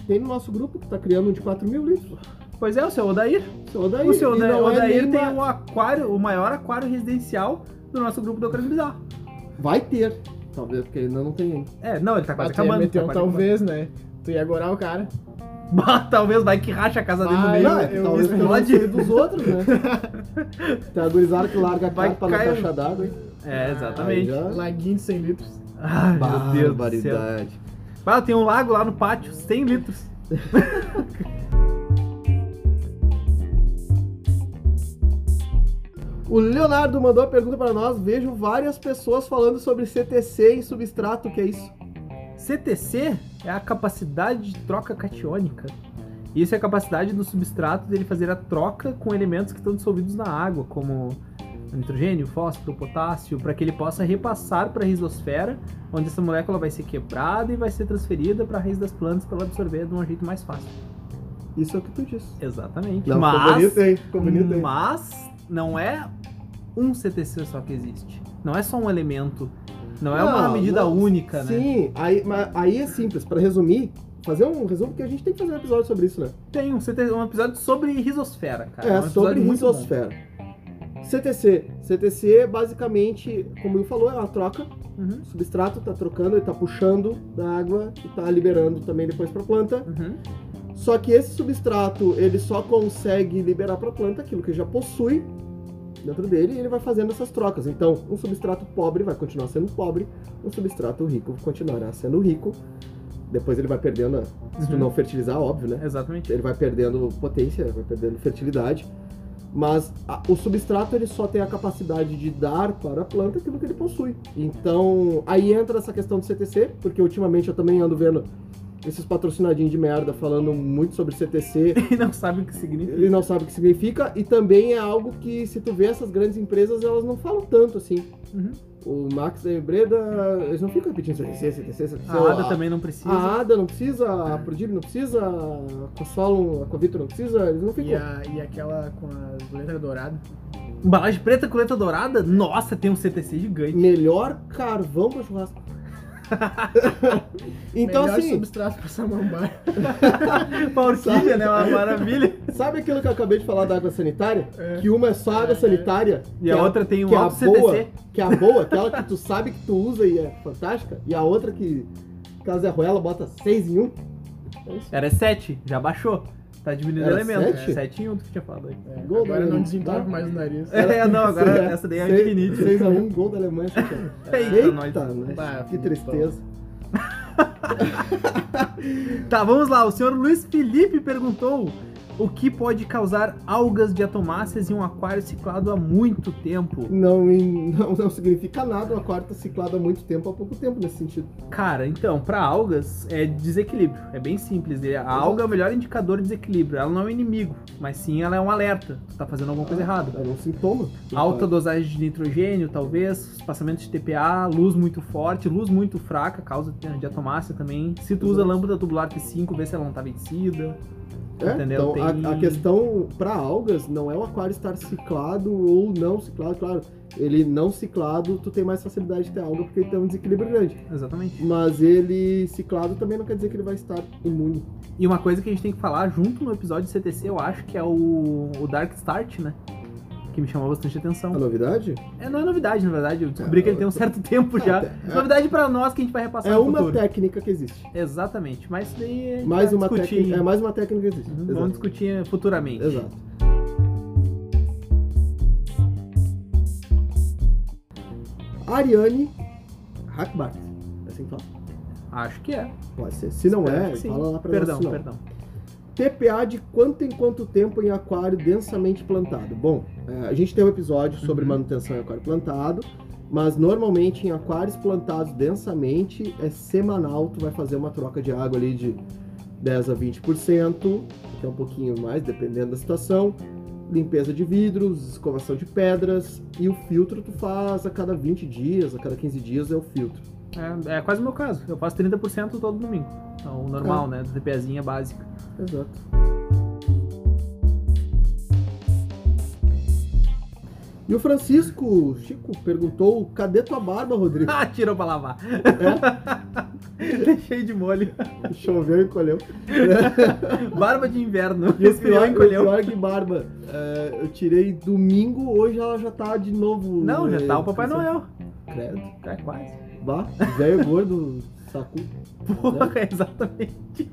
[SPEAKER 1] Tem no nosso grupo que tá criando um de 4 mil litros.
[SPEAKER 2] Pois é, o seu Odair.
[SPEAKER 1] Seu Odair,
[SPEAKER 2] O seu
[SPEAKER 1] e
[SPEAKER 2] Odair,
[SPEAKER 1] não é
[SPEAKER 2] Odair
[SPEAKER 1] nem
[SPEAKER 2] tem
[SPEAKER 1] uma-
[SPEAKER 2] o aquário, o maior aquário residencial do nosso grupo do Ocrano Bizarro. um-
[SPEAKER 1] Vai ter, talvez, porque ainda não tem um. ainda.
[SPEAKER 2] É, não, ele tá
[SPEAKER 3] Mas
[SPEAKER 2] quase
[SPEAKER 3] tu ia
[SPEAKER 2] acabando.
[SPEAKER 3] meter
[SPEAKER 2] tá
[SPEAKER 3] um
[SPEAKER 2] quase
[SPEAKER 1] é
[SPEAKER 3] talvez, né? Tu ia agorar o cara.
[SPEAKER 2] acabando. Bah, talvez vai que racha a casa dele Tá no
[SPEAKER 3] Vai,
[SPEAKER 2] meio. né?
[SPEAKER 1] Não, é,
[SPEAKER 3] eu-
[SPEAKER 1] talvez
[SPEAKER 3] eu-
[SPEAKER 1] pelo
[SPEAKER 2] pode-
[SPEAKER 1] anseio dos outros, né? Tem a gurizada que larga a
[SPEAKER 2] Vai
[SPEAKER 1] cara pra na
[SPEAKER 2] cair-
[SPEAKER 1] caixa d'água. hein?
[SPEAKER 2] É, exatamente.
[SPEAKER 1] Aí já-
[SPEAKER 3] Laguinho de 100 litros.
[SPEAKER 2] Ai, meu Deus do céu.
[SPEAKER 1] Barbaridade.
[SPEAKER 2] Ah, tem um lago lá no pátio, 100 litros.
[SPEAKER 1] O Leonardo mandou a pergunta pra nós. Vejo várias pessoas falando sobre CTC e substrato, que é isso?
[SPEAKER 2] CTC é a capacidade de troca catiônica. Isso é a capacidade do substrato dele fazer a troca com elementos que estão dissolvidos na água, como nitrogênio, fósforo, potássio, para que ele possa repassar para a rizosfera, onde essa molécula vai ser quebrada e vai ser transferida para a raiz das plantas para ela absorver de um jeito mais fácil.
[SPEAKER 1] Isso é o que tu disse.
[SPEAKER 2] Exatamente.
[SPEAKER 1] Não, ficou
[SPEAKER 2] mas,
[SPEAKER 1] bonito, hein? Ficou bonito, hein?
[SPEAKER 2] mas não é um CTC só que existe. Não é só um elemento. Não, é
[SPEAKER 1] Não,
[SPEAKER 2] uma medida
[SPEAKER 1] não.
[SPEAKER 2] única, né?
[SPEAKER 1] Sim, aí, mas aí é simples. Pra resumir, fazer um resumo, porque a gente tem que fazer um episódio sobre isso, né?
[SPEAKER 2] Tem um, CT um episódio sobre risosfera, cara. um
[SPEAKER 1] É,
[SPEAKER 2] episódio
[SPEAKER 1] sobre
[SPEAKER 2] muito bom.
[SPEAKER 1] risosfera. CTC. CTC, basicamente, como eu falou, é uma troca.
[SPEAKER 2] Uhum,
[SPEAKER 1] O substrato tá trocando, ele tá puxando da água e tá liberando também depois pra planta.
[SPEAKER 2] uhum.
[SPEAKER 1] Só que esse substrato, ele só consegue liberar pra planta aquilo que já possui dentro dele e ele vai fazendo essas trocas. Então, um substrato pobre vai continuar sendo pobre, um substrato rico continuará sendo rico. Depois ele vai perdendo, a- se tu
[SPEAKER 2] Uhum.
[SPEAKER 1] não fertilizar, óbvio, né?
[SPEAKER 2] Exatamente.
[SPEAKER 1] ele vai perdendo potência, né, vai perdendo fertilidade. Mas a- o substrato ele só tem a capacidade de dar para a planta aquilo que ele possui. Então aí entra essa questão do CTC, porque ultimamente eu também ando vendo esses patrocinadinhos de merda falando muito sobre CTC.
[SPEAKER 2] E não sabe o que significa.
[SPEAKER 1] Ele não sabe o que significa e também é algo que se tu vê essas grandes empresas elas não falam tanto assim.
[SPEAKER 2] Uhum.
[SPEAKER 1] O Max e a Breda eles não ficam repetindo CTC, CTC, CTC.
[SPEAKER 2] A Ada
[SPEAKER 1] Ah,
[SPEAKER 2] também não precisa. É.
[SPEAKER 1] a Ada não precisa, a Prodib não precisa, a Consolum, a Convitor não precisa, eles não ficam.
[SPEAKER 3] E, a- e aquela com as letras douradas.
[SPEAKER 2] Embalagem preta com letra dourada? Nossa, tem um CTC gigante.
[SPEAKER 1] Melhor carvão pra churrasco. então,
[SPEAKER 3] Melhor
[SPEAKER 1] assim,
[SPEAKER 3] substrato pra samambaia.
[SPEAKER 2] Uma orquídea, né? Uma maravilha.
[SPEAKER 1] sabe aquilo que eu acabei de falar da água sanitária?
[SPEAKER 3] É.
[SPEAKER 1] Que uma é só água
[SPEAKER 3] É, é.
[SPEAKER 1] sanitária.
[SPEAKER 2] E a
[SPEAKER 1] que
[SPEAKER 2] outra tem
[SPEAKER 1] que
[SPEAKER 2] um
[SPEAKER 1] é a
[SPEAKER 2] alto CTC.
[SPEAKER 1] boa. Que é a boa, aquela que tu sabe que tu usa e é fantástica. E a outra que, caso é ruela, bota seis em um. É isso.
[SPEAKER 2] Era 7, já baixou. Tá diminuindo o
[SPEAKER 1] Era
[SPEAKER 2] elemento.
[SPEAKER 1] sete?
[SPEAKER 2] 7 em 1 que tinha falado aí.
[SPEAKER 3] É,
[SPEAKER 1] Gol
[SPEAKER 3] agora
[SPEAKER 1] do-
[SPEAKER 3] não desentope mais o nariz.
[SPEAKER 2] É, não, agora
[SPEAKER 1] Sei lá,
[SPEAKER 2] essa daí é a
[SPEAKER 1] seis-
[SPEAKER 2] Divinity.
[SPEAKER 1] seis a um, gol da Alemanha. essa aqui, ó.
[SPEAKER 2] Eita, nós.
[SPEAKER 1] Eita, né?
[SPEAKER 3] Bah,
[SPEAKER 1] que
[SPEAKER 3] Filipão.
[SPEAKER 1] tristeza.
[SPEAKER 2] Tá, vamos lá. O senhor Luiz Felipe perguntou o que pode causar algas diatomáceas em um aquário ciclado há muito tempo.
[SPEAKER 1] Não, em- não, não significa nada uma quarta ciclada há muito tempo, há pouco tempo nesse sentido.
[SPEAKER 2] Cara, então, para algas é desequilíbrio. É bem simples. né? A alga é o melhor indicador de desequilíbrio. Ela não é um inimigo, mas sim ela é um alerta. Tu tá fazendo alguma coisa errada.
[SPEAKER 1] É um sintoma.
[SPEAKER 2] Alta dosagem de nitrogênio, talvez, espaçamento de TPA, luz muito forte, luz muito fraca, causa diatomácea também. Se tu usa
[SPEAKER 1] Exato.
[SPEAKER 2] lâmpada tubular T5, vê se ela não tá vencida.
[SPEAKER 1] É,
[SPEAKER 2] Entendeu?
[SPEAKER 1] Então, a-
[SPEAKER 2] Tem-
[SPEAKER 1] a, questão para algas não é o aquário estar ciclado ou não ciclado, claro. Ele não ciclado, tu tem mais facilidade de ter alga porque ele tem um desequilíbrio grande.
[SPEAKER 2] Exatamente.
[SPEAKER 1] Mas ele ciclado também não quer dizer que ele vai estar imune.
[SPEAKER 2] E uma coisa que a gente tem que falar junto no episódio de CTC, eu acho que é o, o Dark Start, né? Que me chamou bastante atenção.
[SPEAKER 1] A novidade?
[SPEAKER 2] É, não é novidade, na verdade. Eu descobri
[SPEAKER 1] É,
[SPEAKER 2] que ele tem um certo tempo já.
[SPEAKER 1] é-
[SPEAKER 2] novidade pra nós que a gente vai repassar
[SPEAKER 1] É
[SPEAKER 2] no
[SPEAKER 1] uma
[SPEAKER 2] futuro.
[SPEAKER 1] técnica que existe.
[SPEAKER 2] Exatamente. Mas isso daí a gente
[SPEAKER 1] Mais
[SPEAKER 2] vai
[SPEAKER 1] uma
[SPEAKER 2] discutir.
[SPEAKER 1] técnica, é mais uma técnica que existe.
[SPEAKER 2] Uhum,
[SPEAKER 1] Exato.
[SPEAKER 2] Vamos discutir futuramente.
[SPEAKER 1] Exato. Ariane Hackbart. É assim que fala?
[SPEAKER 2] Acho que é.
[SPEAKER 1] Pode ser. Se não
[SPEAKER 2] Espero
[SPEAKER 1] é,
[SPEAKER 2] que sim.
[SPEAKER 1] fala lá pra
[SPEAKER 2] Perdão,
[SPEAKER 1] nós. se não.
[SPEAKER 2] perdão.
[SPEAKER 1] TPA de quanto em quanto tempo em aquário densamente plantado? Bom, é, a gente tem um episódio sobre
[SPEAKER 2] Uhum.
[SPEAKER 1] manutenção em aquário plantado, mas normalmente em aquários plantados densamente é semanal, tu vai fazer uma troca de água ali de 10 a 20%, até um pouquinho mais, dependendo da situação. Limpeza de vidros, escovação de pedras e o filtro tu faz a cada 20 dias, a cada 15 dias é o filtro.
[SPEAKER 2] É, é quase o meu caso. Eu faço 30% todo domingo. Então, o normal,
[SPEAKER 1] É.
[SPEAKER 2] né? Do TPAzinha básica.
[SPEAKER 1] Exato. E o Francisco Chico perguntou: cadê tua barba, Rodrigo?
[SPEAKER 2] Ah, tirou pra lavar.
[SPEAKER 1] É?
[SPEAKER 2] Deixei de molho.
[SPEAKER 1] Choveu e encolheu.
[SPEAKER 2] Barba de inverno.
[SPEAKER 1] E o pior,
[SPEAKER 2] Esfriou,
[SPEAKER 1] o
[SPEAKER 2] encolheu.
[SPEAKER 1] pior que barba. é, eu tirei domingo, hoje ela já tá de novo.
[SPEAKER 2] Não, já
[SPEAKER 1] é,
[SPEAKER 2] tá o Papai Noel.
[SPEAKER 1] Credo.
[SPEAKER 2] É quase.
[SPEAKER 1] Bah, velho gordo, sacu.
[SPEAKER 2] Porra, exatamente.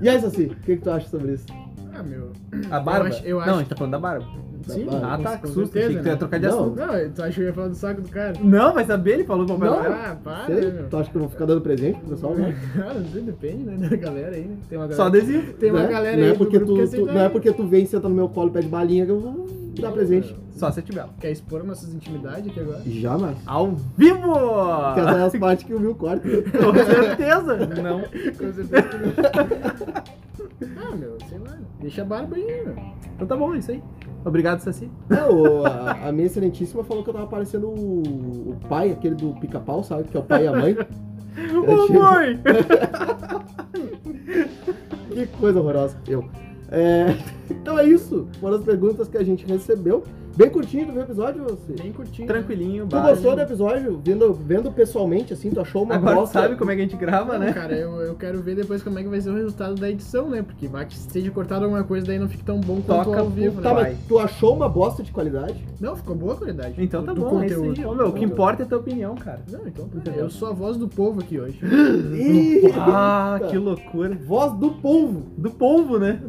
[SPEAKER 1] E aí, Saci, o que, que tu acha sobre isso?
[SPEAKER 3] Ah, meu.
[SPEAKER 2] A barba?
[SPEAKER 3] acho- eu
[SPEAKER 2] Não,
[SPEAKER 3] acho-
[SPEAKER 2] a gente tá falando da barba.
[SPEAKER 3] Sim,
[SPEAKER 1] barba.
[SPEAKER 2] Ah,
[SPEAKER 3] com-
[SPEAKER 2] tá, que
[SPEAKER 3] com
[SPEAKER 2] susto.
[SPEAKER 3] certeza,
[SPEAKER 2] Achei que tu ia
[SPEAKER 3] né?
[SPEAKER 2] trocar de
[SPEAKER 1] Não.
[SPEAKER 2] assunto.
[SPEAKER 3] Não, tu acha que eu ia falar do saco do cara?
[SPEAKER 2] Não, vai saber, ele falou do Papai
[SPEAKER 1] Não.
[SPEAKER 2] Noel.
[SPEAKER 3] Ah, para,
[SPEAKER 1] Sei, tá,
[SPEAKER 3] meu.
[SPEAKER 1] tu acha que eu vou ficar dando presente pro pessoal? Né?
[SPEAKER 3] Ah, não sei, depende, né? Da galera aí, né? Tem uma
[SPEAKER 2] Só
[SPEAKER 3] galera,
[SPEAKER 2] adesivo.
[SPEAKER 3] tem uma
[SPEAKER 1] Né?
[SPEAKER 3] galera
[SPEAKER 1] não
[SPEAKER 3] aí
[SPEAKER 1] é
[SPEAKER 3] do
[SPEAKER 1] porque
[SPEAKER 3] grupo que assim
[SPEAKER 1] tu, tu-
[SPEAKER 3] aceita
[SPEAKER 1] Não é
[SPEAKER 3] aí.
[SPEAKER 1] porque tu vem, senta no meu colo e pede balinha que eu vou dar presente.
[SPEAKER 2] Só se tiver.
[SPEAKER 3] Quer expor nossas intimidades aqui agora?
[SPEAKER 1] Jamais.
[SPEAKER 2] Ao vivo! Ah.
[SPEAKER 1] Porque essa é as partes que o Will corta.
[SPEAKER 2] Com certeza. Não.
[SPEAKER 3] Com certeza que não. Ah, meu, sei lá. Deixa a barba aí, meu.
[SPEAKER 2] Então tá bom, é isso aí. Obrigado, Saci.
[SPEAKER 1] Não, É, a, a minha excelentíssima falou que eu tava parecendo o, o pai, aquele do pica-pau, sabe? Que é o pai e a mãe.
[SPEAKER 2] Ô, mãe!
[SPEAKER 1] Que coisa horrorosa. Eu. É, então é isso. Foram as perguntas que a gente recebeu. Bem curtinho do meu episódio, você.
[SPEAKER 3] Bem curtinho.
[SPEAKER 2] Tranquilinho,
[SPEAKER 1] Tu
[SPEAKER 2] baixo.
[SPEAKER 1] gostou do episódio? Vendo, vendo pessoalmente, assim, tu achou uma
[SPEAKER 2] Agora tu
[SPEAKER 1] bosta?
[SPEAKER 2] sabe como é que a gente grava,
[SPEAKER 3] Não,
[SPEAKER 2] né?
[SPEAKER 3] cara, eu, eu quero ver depois como é que vai ser o resultado da edição, né? Porque vai que seja cortado alguma coisa, daí não fica tão bom quanto
[SPEAKER 2] Toca
[SPEAKER 3] ao vivo, né?
[SPEAKER 1] Tá,
[SPEAKER 2] Vai.
[SPEAKER 1] mas tu achou uma bosta de qualidade?
[SPEAKER 3] Não, ficou boa a qualidade.
[SPEAKER 2] Então
[SPEAKER 3] do-
[SPEAKER 2] tá
[SPEAKER 3] do
[SPEAKER 2] bom, é isso
[SPEAKER 3] conteúdo.
[SPEAKER 2] aí. Ô, meu, o que importa é a tua opinião, cara.
[SPEAKER 3] Não, então tá.
[SPEAKER 2] Entendeu?
[SPEAKER 3] Eu sou a voz do povo aqui hoje.
[SPEAKER 2] Ah,
[SPEAKER 1] Eita.
[SPEAKER 2] que loucura.
[SPEAKER 1] Voz do povo!
[SPEAKER 2] Do polvo, né?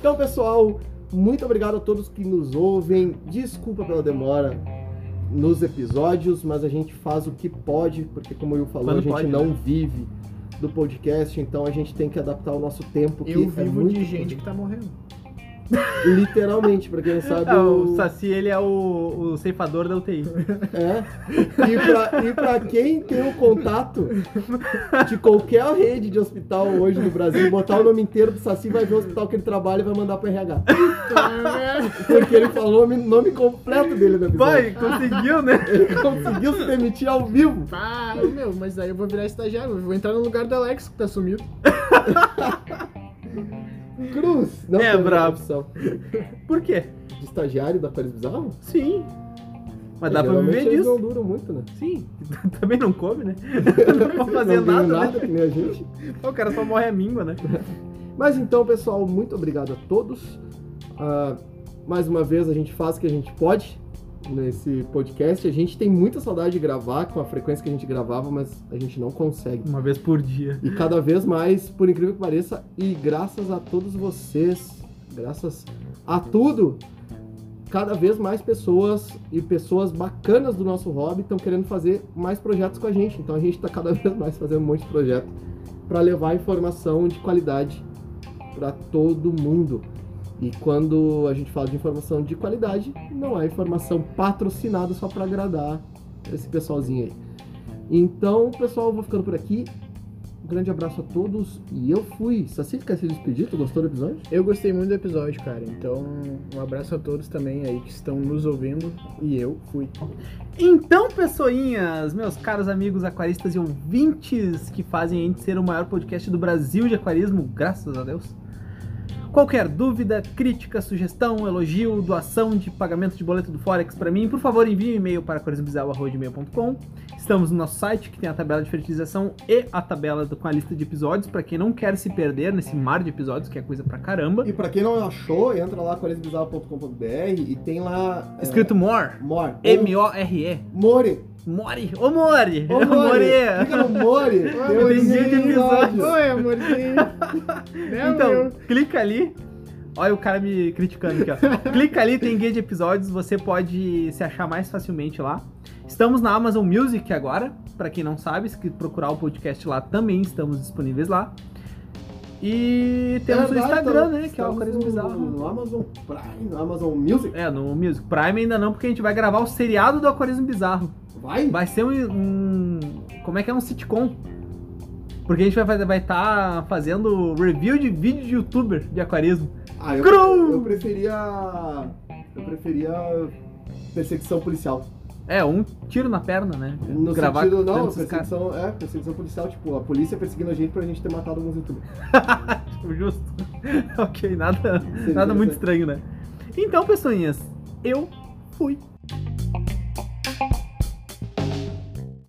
[SPEAKER 1] Então, pessoal, muito obrigado a todos que nos ouvem. Desculpa pela demora nos episódios, mas a gente faz o que pode, porque como o Will falou,
[SPEAKER 2] Quando
[SPEAKER 1] a gente
[SPEAKER 2] pode,
[SPEAKER 1] não
[SPEAKER 2] né?
[SPEAKER 1] vive do podcast, então a gente tem que adaptar o nosso tempo, que
[SPEAKER 3] Eu
[SPEAKER 1] é
[SPEAKER 3] vivo
[SPEAKER 1] muito
[SPEAKER 3] de gente que tá morrendo.
[SPEAKER 1] literalmente, pra quem não sabe,
[SPEAKER 2] Ah,
[SPEAKER 1] o-
[SPEAKER 2] o Saci, ele é o, o ceifador da UTI.
[SPEAKER 1] É. E pra, e pra quem tem o contato de qualquer rede de hospital hoje no Brasil, botar o nome inteiro do Saci, vai ver o hospital que ele trabalha e vai mandar pro RH. Porque ele falou o nome completo dele no episódio.
[SPEAKER 2] Vai, conseguiu, né?
[SPEAKER 1] Ele conseguiu se demitir ao vivo.
[SPEAKER 3] Ah, meu, mas daí eu vou virar estagiário. eu Vou entrar no lugar do Alex, que tá sumido.
[SPEAKER 1] Cruz. Não
[SPEAKER 2] É
[SPEAKER 1] teve
[SPEAKER 2] brabo.
[SPEAKER 1] opção.
[SPEAKER 2] Por quê?
[SPEAKER 1] De estagiário da Paris Bizarro? É,
[SPEAKER 2] Sim. Mas dá pra
[SPEAKER 1] Geralmente
[SPEAKER 2] viver
[SPEAKER 1] eles não
[SPEAKER 2] disso.
[SPEAKER 1] duram muito, né?
[SPEAKER 2] Sim. Também não come, né? Não pode fazer
[SPEAKER 1] não tem
[SPEAKER 2] nada, né?
[SPEAKER 1] que nem a gente.
[SPEAKER 2] O cara só morre a míngua, né?
[SPEAKER 1] Mas então, pessoal, muito obrigado a todos. Ah, mais uma vez, a gente faz o que a gente pode nesse podcast. A gente tem muita saudade de gravar com a frequência que a gente gravava, mas a gente não consegue.
[SPEAKER 2] Uma vez por dia.
[SPEAKER 1] E cada vez mais, por incrível que pareça, e graças a todos vocês, graças a tudo, cada vez mais pessoas e pessoas bacanas do nosso hobby estão querendo fazer mais projetos com a gente. Então a gente está cada vez mais fazendo um monte de projeto para levar informação de qualidade para todo mundo. E quando a gente fala de informação de qualidade, não é informação patrocinada só para agradar esse pessoalzinho aí. Então, pessoal, eu vou ficando por aqui. Um grande abraço a todos e eu fui. Saci, quer se despedir? Tu gostou do episódio?
[SPEAKER 3] Eu gostei muito do episódio, cara. Então, um abraço a todos também aí que estão nos ouvindo. E eu fui.
[SPEAKER 2] Então, pessoinhas, meus caros amigos aquaristas e ouvintes que fazem a gente ser o maior podcast do Brasil de aquarismo, graças a Deus. Qualquer dúvida, crítica, sugestão, elogio, doação de pagamento de boleto do Forex para mim, por favor, envie um e-mail para aquarismobizarro@gmail.com. Estamos no nosso site que tem a tabela de fertilização e a tabela do- com a lista de episódios para quem não quer se perder nesse mar de episódios, que é coisa pra caramba.
[SPEAKER 1] E pra quem não achou, entra lá quaresbizarro.com.br e tem lá. é,
[SPEAKER 2] Escrito more,
[SPEAKER 1] More.
[SPEAKER 2] M O R E.
[SPEAKER 1] More.
[SPEAKER 2] More, ô More,
[SPEAKER 1] Ô, More. Clica no More. Tem um É o
[SPEAKER 2] entendi de episódio.
[SPEAKER 3] Oi, amorzinho. né,
[SPEAKER 2] Então,
[SPEAKER 3] meu?
[SPEAKER 2] clica ali. Olha o cara me criticando aqui, ó. clica ali, tem guia de episódios, você pode se achar mais facilmente lá. Estamos na Amazon Music agora, pra quem não sabe, se procurar o podcast lá também estamos disponíveis lá. E temos o
[SPEAKER 1] verdade,
[SPEAKER 2] Instagram,
[SPEAKER 1] então,
[SPEAKER 2] né, que é o
[SPEAKER 1] estamos
[SPEAKER 2] Carisma
[SPEAKER 1] no-
[SPEAKER 2] Bizarro.
[SPEAKER 1] No Amazon Prime, no Amazon Music.
[SPEAKER 2] É, no Music Prime ainda não, porque a gente vai gravar o seriado do Aquarismo Bizarro.
[SPEAKER 1] Vai?
[SPEAKER 2] Vai ser um, um- Como é que é? Um sitcom. Porque a gente vai estar vai tá fazendo review de vídeo de youtuber de aquarismo.
[SPEAKER 1] Ah, eu,
[SPEAKER 2] Cru!
[SPEAKER 1] eu preferia. Eu preferia perseguição policial.
[SPEAKER 2] É, um tiro na perna, né?
[SPEAKER 1] No
[SPEAKER 2] Gravar
[SPEAKER 1] sentido,
[SPEAKER 2] com
[SPEAKER 1] não,
[SPEAKER 2] esses caras.
[SPEAKER 1] perseguição, é, perseguição policial, tipo, a polícia perseguindo a gente pra gente ter matado alguns youtubers.
[SPEAKER 2] Justo. ok, nada,
[SPEAKER 1] Seria
[SPEAKER 2] nada muito
[SPEAKER 1] interessante.
[SPEAKER 2] estranho, né? Então, pessoinhas, eu fui.